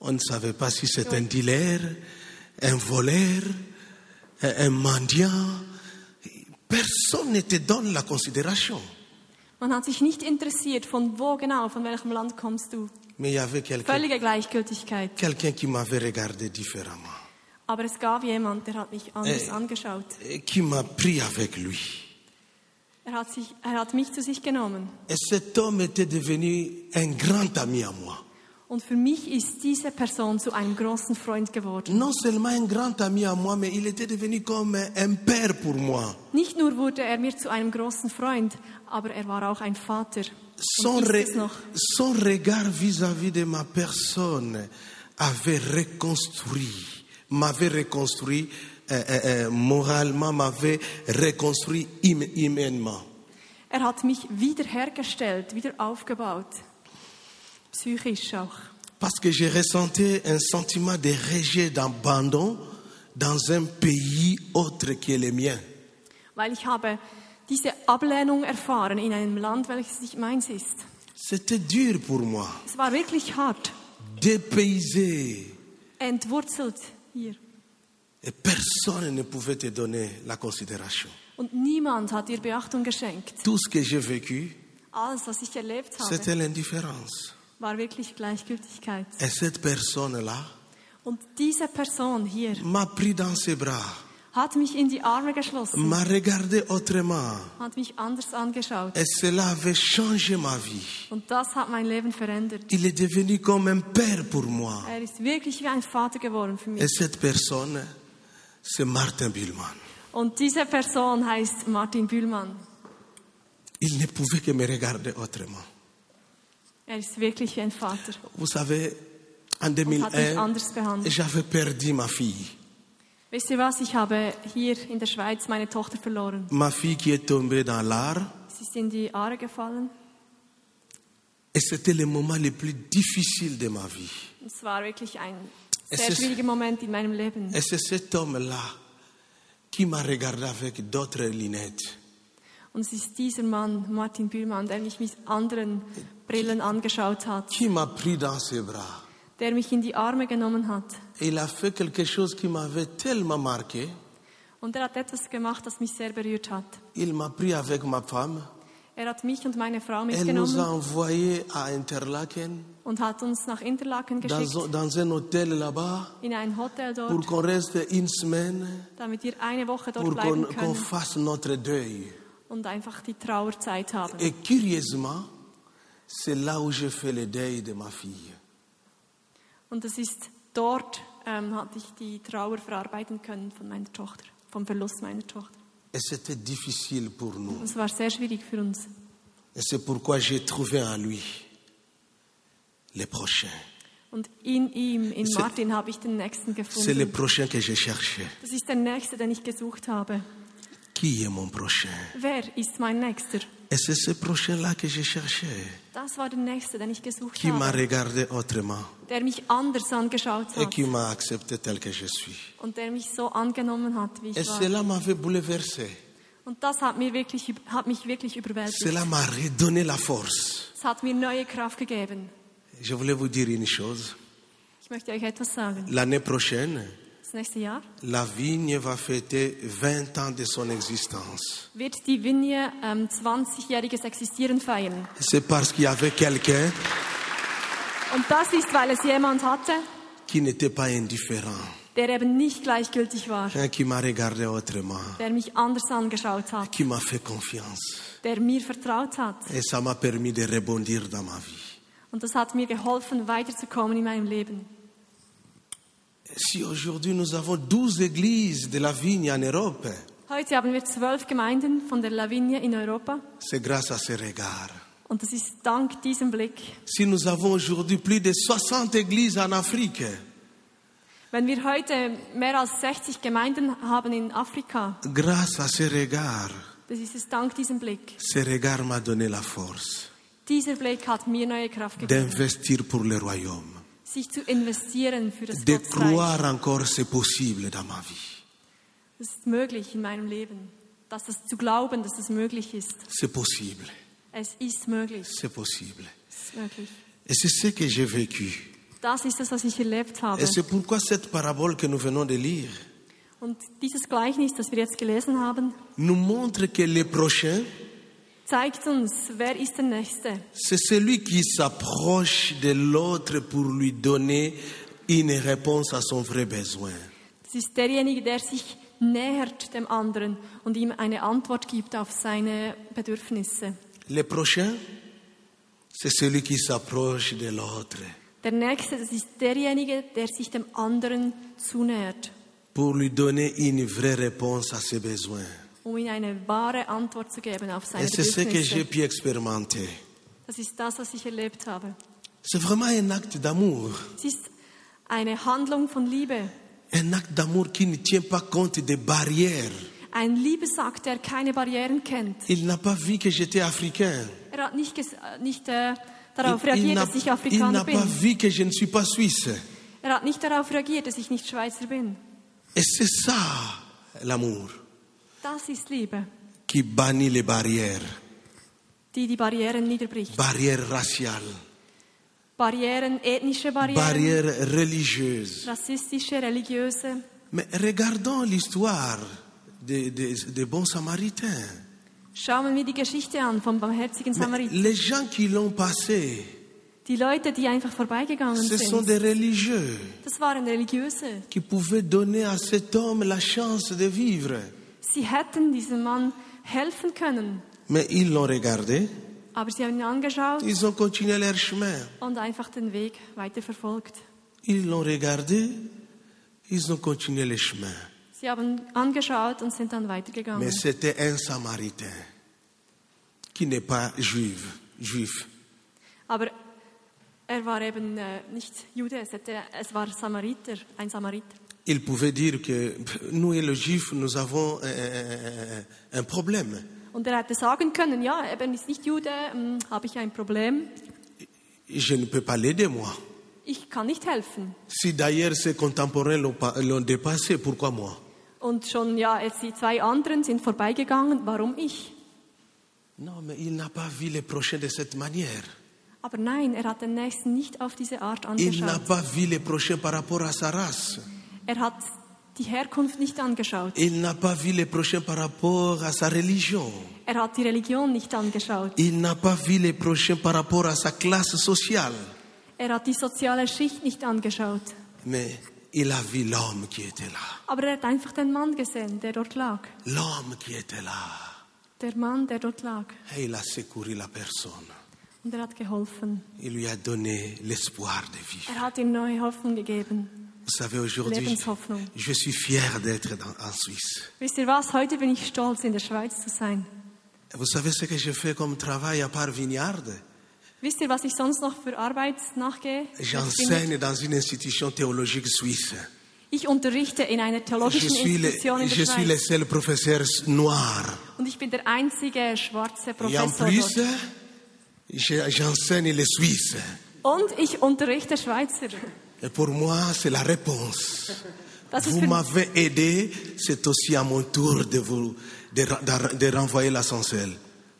C: On ne savait pas si c'est un dealer, un voleur, un un mendiant. Personne ne te donne la considération.
D: Man hat sich nicht interessiert, von wo genau, von welchem Land kommst du.
C: Mais il y avait quelqu'un
D: Völlige Gleichgültigkeit.
C: quelqu'un qui m'avait regardé différemment
D: Aber es gab jemand, der hat mich anders
C: Äh.
D: angeschaut.
C: et qui m'a pris avec lui.
D: Er hat, sich, er hat mich zu sich genommen.
C: Et cet homme était devenu un grand ami à moi.
D: Und für mich ist diese Person zu einem großen Freund geworden.
C: Non seulement un grand ami à moi, mais il était devenu comme un père pour moi.
D: Nicht nur wurde er mir zu einem großen Freund, aber er war auch ein Vater.
C: Son,
D: Und ist
C: re-
D: es noch.
C: son regard vis-à-vis de ma personne avait reconstruit, m'avait reconstruit euh, euh, euh, moralement, m'avait reconstruit hum- humainement.
D: Er hat mich wiederhergestellt, wieder aufgebaut. Psychisch auch.
C: Parce que j'ai ressenti un sentiment de rejet, d'abandon dans un pays autre que le mien.
D: Weil ich habe diese Ablehnung erfahren in einem Land, welches nicht meins ist.
C: C'était dur pour moi,
D: Es war wirklich hart.
C: dépaysé.
D: Entwurzelt hier.
C: Et personne ne pouvait te donner la considération.
D: Und niemand hat ihr Beachtung geschenkt.
C: Tout ce que j'ai vécu,
D: Alles, was ich erlebt habe,
C: c'était l'indifférence.
D: war wirklich Gleichgültigkeit.
C: Et cette personne-là
D: Und diese Person hier
C: m'a pris dans ses bras,
D: hat mich in die Arme geschlossen,
C: m'a regardé autrement.
D: hat mich anders angeschaut.
C: Et cela avait changé ma vie.
D: Und das hat mein Leben verändert.
C: Il est devenu comme un père pour moi.
D: Er ist wirklich wie ein Vater geworden für
C: Et
D: mich.
C: cette personne, c'est Martin Bullman.
D: Und diese Person heißt Martin Bühlmann.
C: Il ne pouvait que me regarder autrement.
D: Er ist wirklich wie ein Vater.
C: Vous savez, en
D: mich
C: 2001,
D: anders behandelt.
C: j'avais perdu ma fille.
D: Wisst ihr was? Ich habe hier in der Schweiz meine Tochter verloren.
C: Ma fille qui est tombée dans l'art.
D: Sie ist in die Aare gefallen.
C: Et c'était le moment le plus difficile de ma vie.
D: Und Es war wirklich ein
C: Es
D: sehr
C: ist-
D: schwieriger Moment in meinem Leben.
C: Et c'est cet homme-là qui m'a regardé avec d'autres lunettes.
D: Und es ist dieser Mann, Martin Bühlmann, der mich mit anderen Brillen angeschaut hat,
C: qui m'a pris dans ses bras.
D: der mich in die Arme genommen hat.
C: Et il a fait quelque chose qui m'avait tellement marqué.
D: Und er hat etwas gemacht, das mich sehr berührt hat.
C: Il m'a pris avec ma femme.
D: Er hat mich und meine Frau
C: Elle nous a
D: mitgenommen
C: envoyés à Interlaken,
D: und hat uns nach Interlaken
C: dans, un-
D: geschickt,
C: dans un hôtel là-bas,
D: in ein Hotel
C: pour
D: dort,
C: qu'on reste une semaine,
D: damit wir eine Woche dort
C: pour qu'on
D: bleiben
C: qu'on
D: können
C: fasse notre deuil.
D: und einfach die Trauerzeit haben.
C: Et curieusement, c'est là où j'ai fait le deuil de ma fille.
D: Und das ist dort, ähm, hatte ich die Trauer verarbeiten können von meiner Tochter, vom Verlust meiner Tochter.
C: Et c'était difficile pour nous.
D: Und es war sehr schwierig für uns.
C: Et c'est pourquoi j'ai trouvé en lui le prochain.
D: Und in ihm, in
C: C'est-
D: Martin, habe ich den Nächsten
C: C'est le
D: gefunden.
C: prochain que je cherchais.
D: Das ist der Nächste, den ich gesucht habe.
C: Qui est mon prochain
D: Wer ist mein Nächster?
C: Et c'est ce prochain-là que je cherchais,
D: Das war der Nächste, den ich gesucht
C: qui m'a
D: habe,
C: regardé autrement
D: der mich anders angeschaut
C: et
D: hat
C: qui m'a accepté tel que je suis.
D: und der mich so angenommen hat, wie
C: Et
D: ich war.
C: cela m'avait bouleversé.
D: Und das hat, mir wirklich, üb- hat mich wirklich überwältigt.
C: Cela m'a redonné la force.
D: Es hat mir neue Kraft gegeben.
C: Je voulais vous dire une chose.
D: Ich möchte euch etwas sagen.
C: L'année prochaine,
D: Das nächste Jahr
C: la vigne va fêter 20 ans de son existence.
D: wird die Vigne ähm, 20-jähriges Existieren feiern.
C: C'est parce qu'il y avait quelqu'un
D: Und das ist, weil es jemand hatte,
C: qui n'était pas indifférent,
D: der eben nicht gleichgültig war,
C: hein, qui m'a regardé autrement,
D: der mich anders angeschaut hat,
C: qui m'a fait confiance.
D: der mir vertraut hat.
C: Et ça m'a permis de rebondir dans ma vie.
D: Und das hat mir geholfen, weiterzukommen in meinem Leben.
C: Si aujourd'hui nous avons 12 églises de la vigne en Europe,
D: Heute haben wir zwölf Gemeinden von der Lavinie in Europa
C: c'est grâce à ce regard.
D: und das ist dank diesem Blick.
C: Si nous avons aujourd'hui plus de 60 églises en Afrique,
D: Wenn wir heute mehr als 60 Gemeinden haben in Afrika,
C: grâce à ce regard,
D: das ist es dank diesem Blick.
C: ce regard m'a donné la force
D: Dieser Blick hat mir neue Kraft gegeben,
C: d'investir pour le royaume,
D: sich zu investieren für das
C: de
D: Gottesreich.
C: croire encore c'est possible dans ma vie.
D: Das ist möglich in meinem Leben. Dass es zu glauben, dass es möglich ist.
C: C'est possible,
D: Es ist möglich.
C: c'est possible.
D: Es ist möglich.
C: Et c'est ce que j'ai vécu.
D: Das ist das, was ich erlebt habe.
C: Et c'est pourquoi cette parabole que nous venons de lire,
D: Und Und dieses Gleichnis, das wir jetzt gelesen haben,
C: nous montre que le prochain,
D: zeigt uns, wer ist der Nächste.
C: c'est celui qui s'approche de l'autre pour lui donner une réponse à son vrai besoin.
D: Das ist derjenige, der sich nähert dem anderen und ihm eine Antwort gibt auf seine Bedürfnisse.
C: Le prochain, c'est celui qui s'approche de l'autre
D: Der Nächste, das ist derjenige, der sich dem anderen zunähert,
C: pour lui donner une vraie réponse à ses besoins.
D: um ihm eine wahre Antwort zu geben auf seine
C: Et c'est ce que j'ai
D: Bedürfnisse.
C: pu expérimenter.
D: Das ist das, was ich erlebt habe.
C: C'est vraiment un acte d'amour,
D: Es ist eine Handlung von Liebe.
C: un acte d'amour qui ne tient pas compte des barrières.
D: Ein Liebesakt, der keine Barrieren kennt.
C: Il n'a pas vu que j'étais africain.
D: Er hat nicht, ges- äh, nicht äh, darauf
C: Il, il
D: reagiert,
C: n'a
D: dass ich
C: il
D: Afrikaner
C: n'a pas
D: bin.
C: vu que je ne suis pas suisse.
D: Er hat nicht darauf reagiert, dass ich nicht Schweizer bin.
C: Et c'est ça l'amour
D: Das ist Liebe,
C: qui bannit les barrières,
D: die die Barrieren niederbricht.
C: barrières raciales,
D: Barrieren, ethnische Barrieren,
C: barrières religieuses.
D: rassistische, religiöse.
C: Mais regardons l'histoire des, des- des bons Samaritains.
D: Schauen wir die Geschichte an vom barmherzigen
C: Mais
D: Samariter.
C: les gens qui l'ont passé,
D: Die Leute, die einfach vorbeigegangen
C: ce sont
D: sind,
C: des religieux
D: das waren Religiöse.
C: qui pouvaient donner à cet homme la chance de vivre.
D: Sie hätten diesem Mann helfen können,
C: Mais ils l'ont regardé,
D: aber sie haben ihn angeschaut
C: ils ont continué leur chemin.
D: und einfach den Weg weiter verfolgt.
C: Ils l'ont regardé, ils ont continué le chemin.
D: Sie haben angeschaut und sind dann
C: Mais
D: weitergegangen.
C: c'était un Samaritain qui n'est pas juif. juif.
D: Aber er war eben äh, nicht Jude, es, hätte, es war Samariter, ein Samariter.
C: Il pouvait dire que pff, nous et le juif, nous avons euh, un problème.
D: Und er hätte sagen können, ja, eben ist nicht Jude, hm, habe ich ein Problem,
C: Je ne peux pas l'aider, moi.
D: ich kann nicht helfen.
C: Si d'ailleurs ses contemporains l'ont pas- l'ont dépassé, pourquoi moi
D: Und schon, ja, jetzt die zwei anderen sind vorbeigegangen, warum ich?
C: Non, mais il n'a pas vu les prochains de cette manière.
D: Aber nein, er hat den Nächsten nicht auf diese Art
C: Il n'a
D: angeschaut.
C: pas vu les prochains par rapport à sa race.
D: Er hat die Herkunft nicht angeschaut.
C: Il n'a pas vu les prochains par rapport à sa religion.
D: Er hat die Religion nicht angeschaut.
C: Il n'a pas vu les prochains par rapport à sa classe sociale.
D: Er hat die soziale Schicht nicht angeschaut.
C: Mais il a vu l'homme qui était là.
D: Aber er hat einfach den Mann gesehen, der dort lag.
C: L'homme qui était là.
D: Der Mann, der dort lag.
C: Et il a secouru la personne.
D: Und er hat geholfen.
C: Il lui a donné l'espoir de vie.
D: Er hat ihm neue Hoffnung gegeben.
C: Vous savez, aujourd'hui,
D: Lebenshoffnung.
C: je suis fier d'être dans- en Suisse.
D: Wisst ihr was? Heute bin ich stolz, in der Schweiz zu sein.
C: Vous savez ce que je fais comme travail à part Vignarde
D: Wisst ihr, was ich sonst noch für Arbeit nachgehe? Ich bin-
C: J'enseigne dans une institution théologique suisse.
D: Ich unterrichte in einer
C: Je
D: theologischen
C: suis le,
D: Institution in
C: je
D: der
C: suis le
D: Schweiz.
C: seul professeur noir.
D: Und ich bin der einzige schwarze
C: Et en
D: Professor
C: plus,
D: dort.
C: je- j'enseigne les Suisses.
D: Und ich unterrichte Schweizer.
C: Et pour moi, c'est la réponse.
D: Das ist
C: Vous
D: für
C: m'avez aidé, c'est aussi à mon tour de vous de, ra- de ra- de renvoyer l'ascenseur.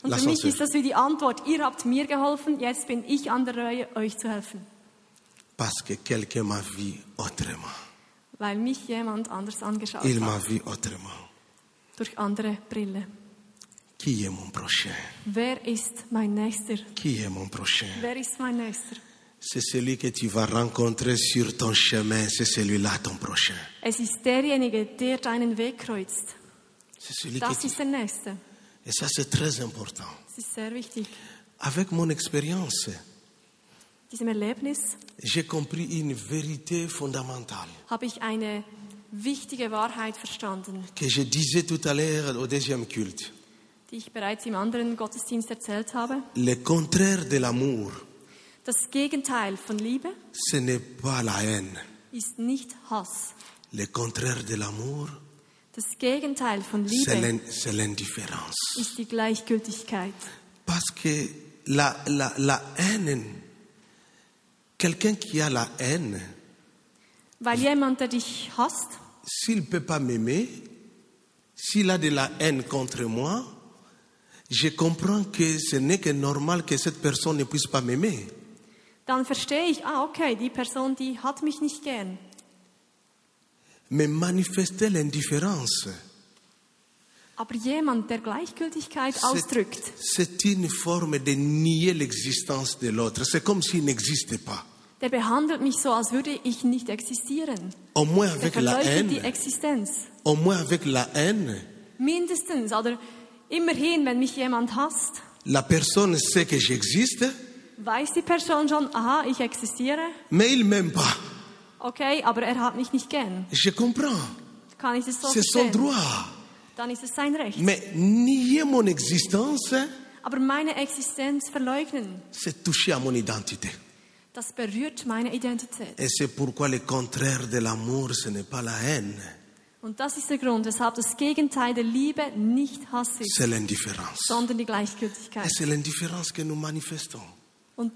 D: Und für mich
C: L'ascenseur.
D: ist das wie die Antwort. Ihr habt mir geholfen, jetzt bin ich an der Reihe, euch zu helfen.
C: Parce que quelqu'un m'a vu autrement.
D: Weil mich jemand anders angeschaut
C: Il
D: hat.
C: m'a vu autrement.
D: Durch andere Brille.
C: Qui est mon prochain
D: Wer ist mein Nächster?
C: Qui est mon prochain
D: Wer ist mein Nächster?
C: C'est celui que tu vas rencontrer sur ton chemin, c'est celui-là ton prochain.
D: Es ist derjenige, der deinen Weg kreuzt.
C: C'est celui que
D: Das
C: tu-
D: ist der Nächste.
C: Et ça, c'est très important.
D: Das ist sehr wichtig.
C: Avec mon expérience,
D: Diesem Erlebnis
C: j'ai compris une vérité fondamentale
D: habe ich eine wichtige Wahrheit verstanden,
C: que je disais tout à l'heure au deuxième culte.
D: die ich bereits im anderen Gottesdienst erzählt habe.
C: Le contraire de l'amour,
D: Das Gegenteil von Liebe
C: ce n'est pas la haine.
D: ist nicht Hass.
C: Le contraire de l'amour,
D: Das Gegenteil von
C: c'est
D: Liebe
C: l'in- c'est l'indifférence.
D: ist die Gleichgültigkeit.
C: Parce que la, la, la haine, quelqu'un qui a la haine,
D: Weil jemand, der dich hasst,
C: s'il ne peut pas m'aimer, s'il a de la haine contre moi, je comprends que ce n'est que normal que cette personne ne puisse pas m'aimer.
D: dann verstehe ich, ah okay, die Person, die hat mich nicht gern.
C: mais manifestait l'indifférence.
D: Aber jemand, der Gleichgültigkeit ausdrückt,
C: C'est une forme de nier l'existence de l'autre. C'est comme s'il n'existait pas.
D: der behandelt mich so, als würde ich nicht existieren.
C: Au moins
D: Der
C: avec la
D: verleugnet die
C: haine,
D: Existenz.
C: au moins avec la haine,
D: Mindestens oder immerhin, wenn mich jemand hasst,
C: la personne sait que j'existe,
D: weiß die Person schon, aha, ich existiere.
C: mais il m'aime pas.
D: Okay, aber er hat mich nicht gern.
C: Je comprends.
D: Kann ich es so
C: C'est son
D: verstehen?
C: droit.
D: Dann ist es sein Recht.
C: Mais nier mon existence, hein,
D: Aber meine Existenz verleugnen,
C: c'est toucher à mon identité.
D: das berührt meine Identität.
C: Et c'est pourquoi le contraire de l'amour, ce n'est pas la haine,
D: Und das ist der Grund, weshalb das Gegenteil der Liebe nicht Hass ist,
C: c'est l'indifférence.
D: sondern die
C: Et
D: Gleichgültigkeit.
C: c'est l'indifférence que nous manifestons.
D: Und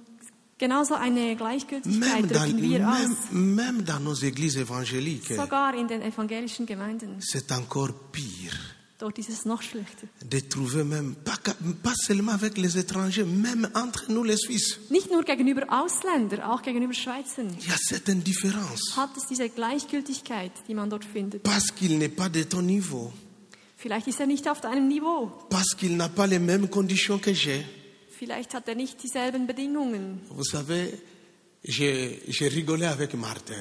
D: genauso eine
C: Même
D: Gleichgültigkeit
C: dans,
D: drücken wir
C: même,
D: aus.
C: même dans nos églises évangéliques,
D: Sogar in den evangelischen Gemeinden.
C: c'est encore pire
D: Dort ist es noch schlechter.
C: de trouver même, pas, qu'à- pas seulement avec les étrangers, même entre nous les Suisses.
D: Nicht nur gegenüber Ausländern, auch gegenüber Schweizern
C: Il y a cette indifférence.
D: hat es diese Gleichgültigkeit, die man dort findet.
C: Parce qu'il n'est pas de ton niveau,
D: Vielleicht ist er nicht auf deinem Niveau.
C: parce qu'il n'a pas les mêmes conditions que j'ai.
D: Vielleicht hat er nicht dieselben Bedingungen.
C: Vous savez, j'ai j'ai rigolé avec Martin.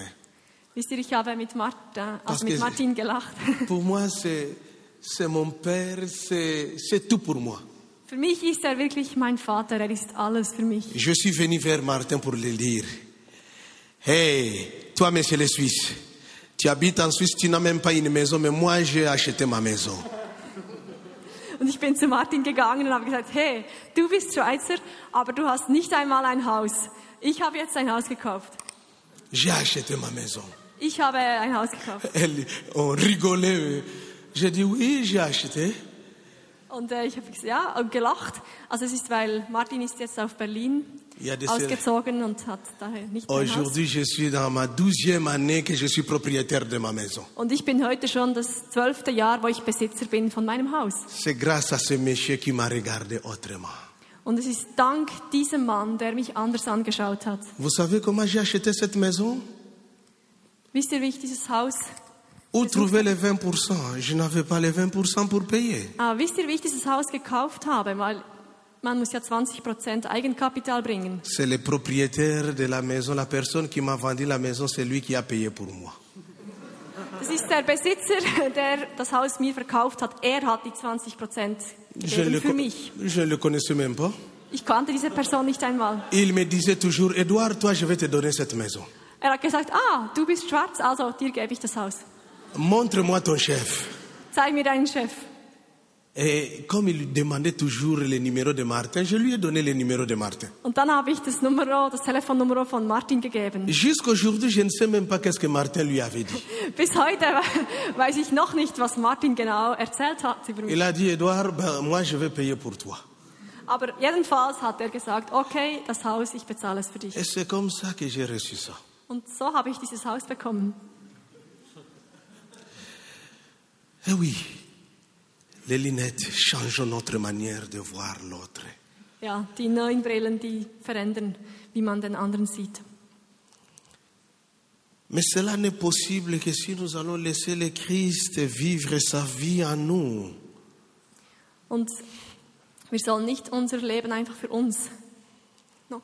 D: Wisst ihr, ich habe mit Martin,
C: Was
D: also mit
C: geht-
D: Martin gelacht. (laughs)
C: Pour moi, c'est c'est mon père, c'est c'est tout pour moi.
D: Für mich ist er wirklich mein Vater, er ist alles für mich.
C: Je suis venu vers Martin pour lui dire Hey, toi, monsieur le Suisse, tu habites en Suisse, tu n'as même pas une maison, mais moi, j'ai acheté ma maison.
D: Und ich bin zu Martin gegangen und habe gesagt, hey, du bist Schweizer, aber du hast nicht einmal ein Haus. Ich habe jetzt ein Haus gekauft.
C: J'ai acheté ma maison.
D: Ich habe ein Haus gekauft.
C: Elle, on rigolait. J'ai dit Oui, j'ai acheté.
D: Und äh, ich habe gesagt, ja, und gelacht. Also es ist, weil Martin ist jetzt auf Berlin
C: Ja, das ist-
D: ausgezogen und hat daher nicht ein Haus.
C: Aujourd'hui, je suis dans ma douzième année que je suis propriétaire de ma maison.
D: Und ich bin heute schon das zwölfte Jahr, wo ich Besitzer bin von meinem Haus.
C: C'est grâce à ce monsieur qui m'a regardé autrement.
D: Und es ist dank diesem Mann, der mich anders angeschaut hat.
C: Vous savez comment j'ai acheté cette maison
D: Wisst ihr, wie ich dieses Haus,
C: Où trouver les 20% Je n'avais pas les 20% pour payer.
D: ah, wisst ihr, wie ich dieses Haus gekauft habe? Weil man muss ja 20% Eigenkapital bringen.
C: C'est le propriétaire de la maison, la personne qui m'a vendu la maison, c'est lui qui a payé pour moi.
D: Das ist der Besitzer, der das Haus mir verkauft hat. Er hat die 20%
C: Je ne
D: gegeben
C: le,
D: für
C: con-
D: mich.
C: je ne le connaissais même pas.
D: Ich kannte diese Person nicht einmal.
C: Il me disait toujours, Edouard, toi, je vais te donner cette maison.
D: Er hat gesagt, ah, du bist schwarz, also dir gebe ich das Haus.
C: Montre-moi ton chef.
D: Zeig mir deinen Chef.
C: Et comme il demandait toujours le numéro de Martin, je lui ai donné le numéro de Martin.
D: Und dann habe ich das Numero, das Telefonnummer von Martin gegeben.
C: Jusqu'aujourd'hui, je ne sais même pas qu'est-ce que Martin lui avait dit.
D: Bis heute weiß ich noch nicht, was Martin genau erzählt hat über mich.
C: Il a dit, Edouard, ben, moi, je vais payer pour toi.
D: Aber jedenfalls hat er gesagt, okay, das Haus, ich bezahle es für dich.
C: Et c'est comme ça que j'ai reçu ça.
D: Und so habe ich dieses Haus bekommen.
C: Eh oui, les lunettes changent notre manière de voir l'autre.
D: Ja, die neuen Brillen, die verändern, wie man den anderen sieht.
C: Mais cela n'est possible que si nous allons laisser le Christ vivre sa vie en nous.
D: Und wir sollen nicht unser Leben einfach für uns. No.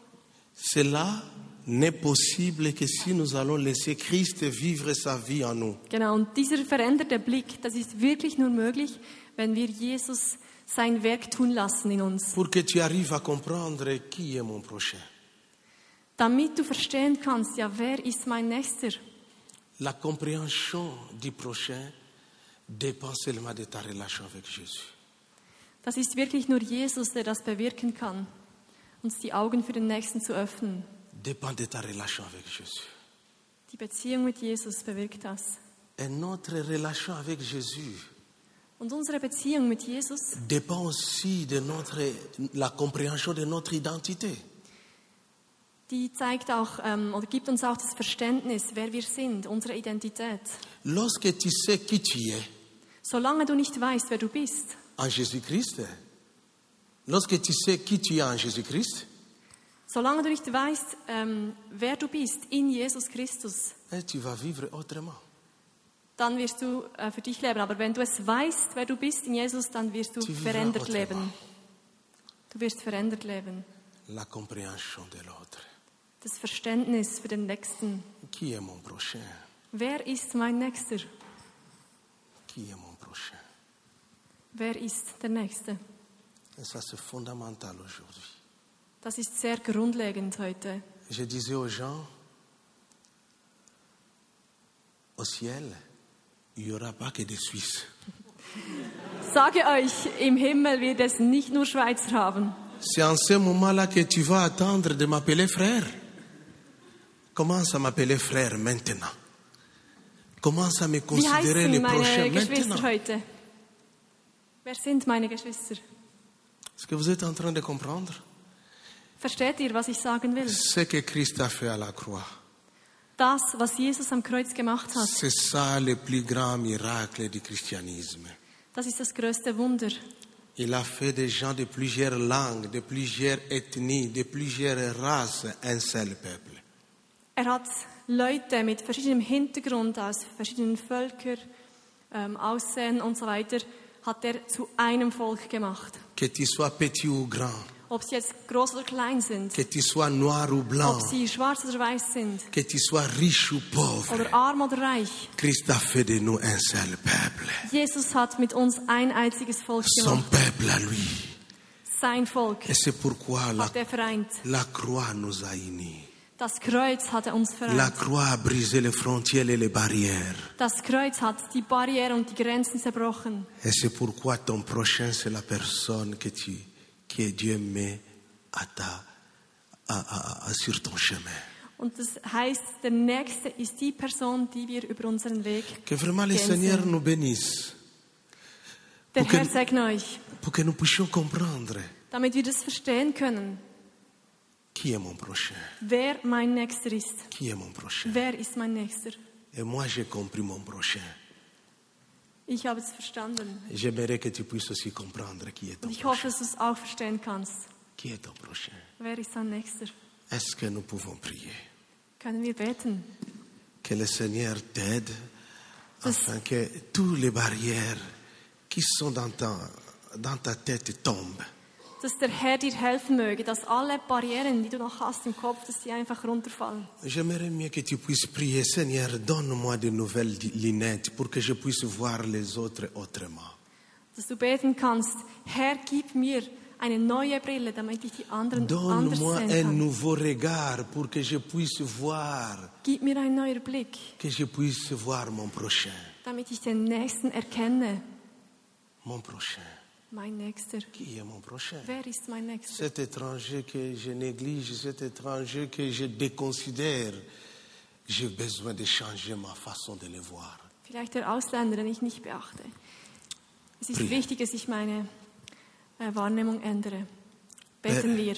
C: Cela n'est possible que si nous allons laisser Christ vivre sa vie en nous.
D: Genau, und dieser veränderte Blick, das ist wirklich nur möglich, wenn wir Jesus sein Werk tun lassen in uns.
C: Pour que tu arrives à comprendre qui est mon prochain.
D: Damit du verstehen kannst, ja, wer ist mein Nächster?
C: La compréhension du prochain dépend seulement de ta relation avec Jésus.
D: Das ist wirklich nur Jesus, der das bewirken kann, uns die Augen für den Nächsten zu öffnen.
C: Dépend de ta relation avec Jésus.
D: Die Beziehung mit Jesus bewirkt das.
C: Et notre relation avec Jésus
D: Und unsere Beziehung mit Jesus
C: dépend aussi de notre, la compréhension de notre identité.
D: Die zeigt auch ähm, oder gibt uns auch das Verständnis, wer wir sind, unsere Identität.
C: Lorsque tu sais qui tu es
D: Solange du nicht weißt, wer du bist,
C: en Jésus-Christ, lorsque tu sais qui tu es en Jésus-Christ,
D: solange du nicht weißt, ähm, wer du bist in Jesus Christus,
C: eh, tu vas vivre autrement.
D: dann wirst du äh, für dich leben. Aber wenn du es weißt, wer du bist in Jesus, dann wirst du
C: Tu vivras
D: verändert
C: autrement.
D: leben. Du wirst verändert leben.
C: la compréhension de l'autre.
D: Das Verständnis für den Nächsten.
C: Qui est mon prochain
D: Wer ist mein Nächster?
C: Qui est mon prochain
D: Wer ist der Nächste?
C: Et ça, c'est fondamental aujourd'hui.
D: Das ist sehr grundlegend heute.
C: Je disais aux gens, au ciel, il n'y aura pas que des Suisses.
D: Sage euch, im Himmel wird es nicht nur Schweizer haben.
C: C'est en ce moment-là que tu vas attendre de m'appeler frère. Commence à m'appeler frère maintenant. Commence à me
D: Wie
C: considérer le
D: heißen
C: prochain
D: meine Geschwister
C: maintenant.
D: heute? Wer sind meine Geschwister?
C: Est-ce que vous êtes en train de comprendre
D: Versteht ihr, was ich sagen will?
C: ce que Christ a fait à la croix?
D: Das, was Jesus am Kreuz gemacht hat,
C: C'est ça le plus grand miracle du christianisme.
D: das ist das größte Wunder.
C: Il a fait des gens de plusieurs langues, de plusieurs ethnies, de plusieurs races, un seul peuple.
D: Er hat Leute mit verschiedenem Hintergrund aus verschiedenen Völkern, ähm, Aussehen und so weiter, hat er zu einem Volk gemacht.
C: Que tu sois petit ou grand,
D: Ob sie jetzt groß oder klein sind,
C: que tu sois noir ou blanc,
D: ob sie schwarz oder weiß sind,
C: que tu sois riche ou
D: oder
C: pauvre,
D: arm oder reich.
C: Christ a fait de nous un seul peuple.
D: Jesus hat mit uns ein einziges Volk
C: Son
D: gemacht,
C: peuple à lui.
D: sein Volk
C: Et c'est pourquoi la,
D: hat er vereint.
C: la croix nous a unis.
D: Das Kreuz hat er uns
C: La
D: vereint.
C: croix a brisé les frontières et les barrières.
D: Das Kreuz hat die Barriere und die Grenzen zerbrochen.
C: Et c'est pourquoi ton prochain, c'est la personne que tu, que Dieu met à ta, à- à- à- sur ton chemin.
D: Und das heißt, der Nächste ist die Person, die wir über unseren Weg
C: Que vraiment le
D: gehen
C: Seigneur
D: sehen.
C: nous bénisse
D: Der
C: Gucken.
D: Herr segne euch,
C: pour que nous puissions comprendre
D: damit wir das verstehen können,
C: qui est mon prochain,
D: wer mein Nächster ist.
C: qui est mon prochain.
D: Wer ist mein Nächster?
C: Et moi, j'ai compris mon prochain.
D: Ich habe es verstanden.
C: J'aimerais que tu puisses aussi comprendre qui est ton
D: Und ich
C: prochain.
D: hoffe, dass du es auch verstehen kannst.
C: Qui est ton prochain.
D: Wer ist dein Nächster?
C: Est-ce que nous pouvons prier
D: Können wir beten?
C: Que le Seigneur t'aide
D: Ce-
C: afin que toutes les barrières qui sont dans ta, dans ta tête tombent.
D: dass der Herr dir helfen möge, dass alle Barrieren, die du noch hast im Kopf, dass die einfach runterfallen.
C: J'aimerais mieux que tu puisses prier, Seigneur, donne-moi de nouvelles lunettes pour que je puisse voir les autres autrement.
D: Dass du beten kannst, Herr, gib mir eine neue Brille, damit ich die anderen anders
C: Donne-moi
D: sehen
C: un
D: kann.
C: nouveau regard pour que je puisse voir,
D: Gib mir einen neuen Blick,
C: que je puisse voir mon prochain,
D: damit ich den Nächsten erkenne.
C: mon prochain.
D: Mein Nächster.
C: Qui est mon prochain
D: Wer ist mein Nächster?
C: Cet étranger que je néglige, cet étranger que je déconsidère, j'ai besoin de changer ma façon de le voir.
D: Vielleicht der Ausländer, den ich nicht beachte. Es ist
C: Prier.
D: wichtig, dass ich meine äh, Wahrnehmung ändere. Beten
C: Äh.
D: wir.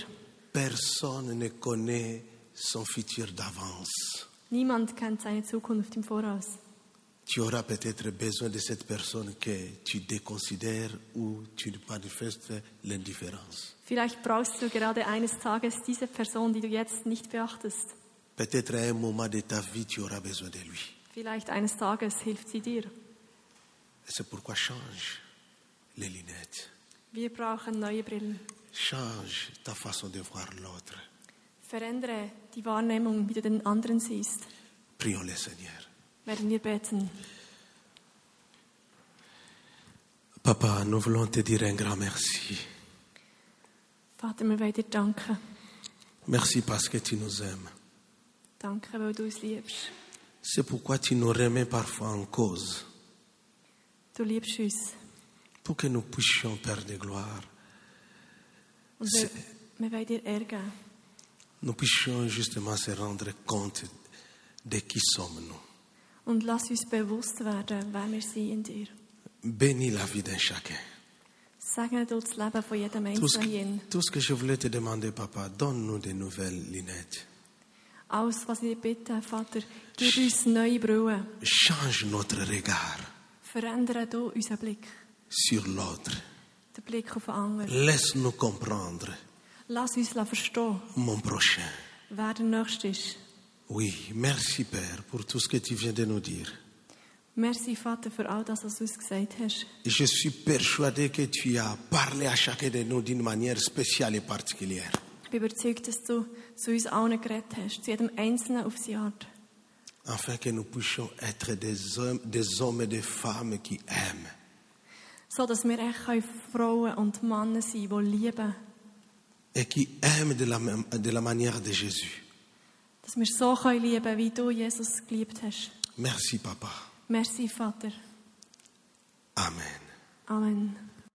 C: Personne ne connaît son futur d'avance.
D: Niemand kennt seine Zukunft im Voraus.
C: Tu auras peut-être besoin de cette personne que tu déconsidères ou tu manifestes l'indifférence.
D: Vielleicht brauchst du gerade eines Tages diese Person, die du jetzt nicht beachtest.
C: Peut-être à un moment de ta vie, tu auras besoin de lui.
D: Vielleicht eines Tages hilft sie dir.
C: C'est pourquoi change les lunettes.
D: Wir brauchen neue Brillen.
C: Change ta façon de voir l'autre.
D: Verändere die Wahrnehmung, wie du den anderen siehst.
C: Prions le Seigneur.
D: Werden wir beten.
C: Papa, nous voulons te dire un grand merci.
D: Vater, wir wollen dir danken.
C: Merci parce que tu nous aimes.
D: Danke, weil du uns liebst.
C: C'est pourquoi tu nous remets parfois en cause
D: Du liebst uns.
C: pour que nous puissions, Père de gloire,
D: Und wir, wir wollen dir Ehre geben.
C: nous puissions justement se rendre compte de qui sommes-nous.
D: Und lass uns bewusst werden, wer wir sind in dir.
C: Bénis la vie d'un chacun.
D: Segne du das Leben von jedem
C: Tout ce,
D: Einzelnen.
C: que, tout ce que je voulais te demander, Papa, donne-nous des nouvelles lunettes.
D: Alles, was ich dir bitte, Vater, gib uns neue Brillen.
C: Change notre regard
D: Verändere du unseren Blick,
C: sur l'autre.
D: den Blick auf den anderen.
C: Laisse-nous comprendre
D: Lass uns verstehen,
C: mon prochain.
D: wer der Nächste ist.
C: Oui, merci Père pour tout ce que tu viens de nous dire.
D: Merci, Vater, für all das, was du uns gesagt hast.
C: Je suis persuadé que tu as parlé à chacun de nous d'une manière spéciale et particulière.
D: Ich bin überzeugt, dass du zu uns allen geredet hast, zu jedem Einzelnen auf seine Art.
C: Afin que nous puissions être des hommes, des hommes et des femmes qui aiment.
D: So dass wir echt können Frauen und Männer sein können, die lieben.
C: Et qui aiment de la, même- de la manière de Jésus.
D: Dass wir so können lieben wie du, Jesus, geliebt hast.
C: Merci, Papa.
D: Merci, Vater.
C: Amen.
D: Amen.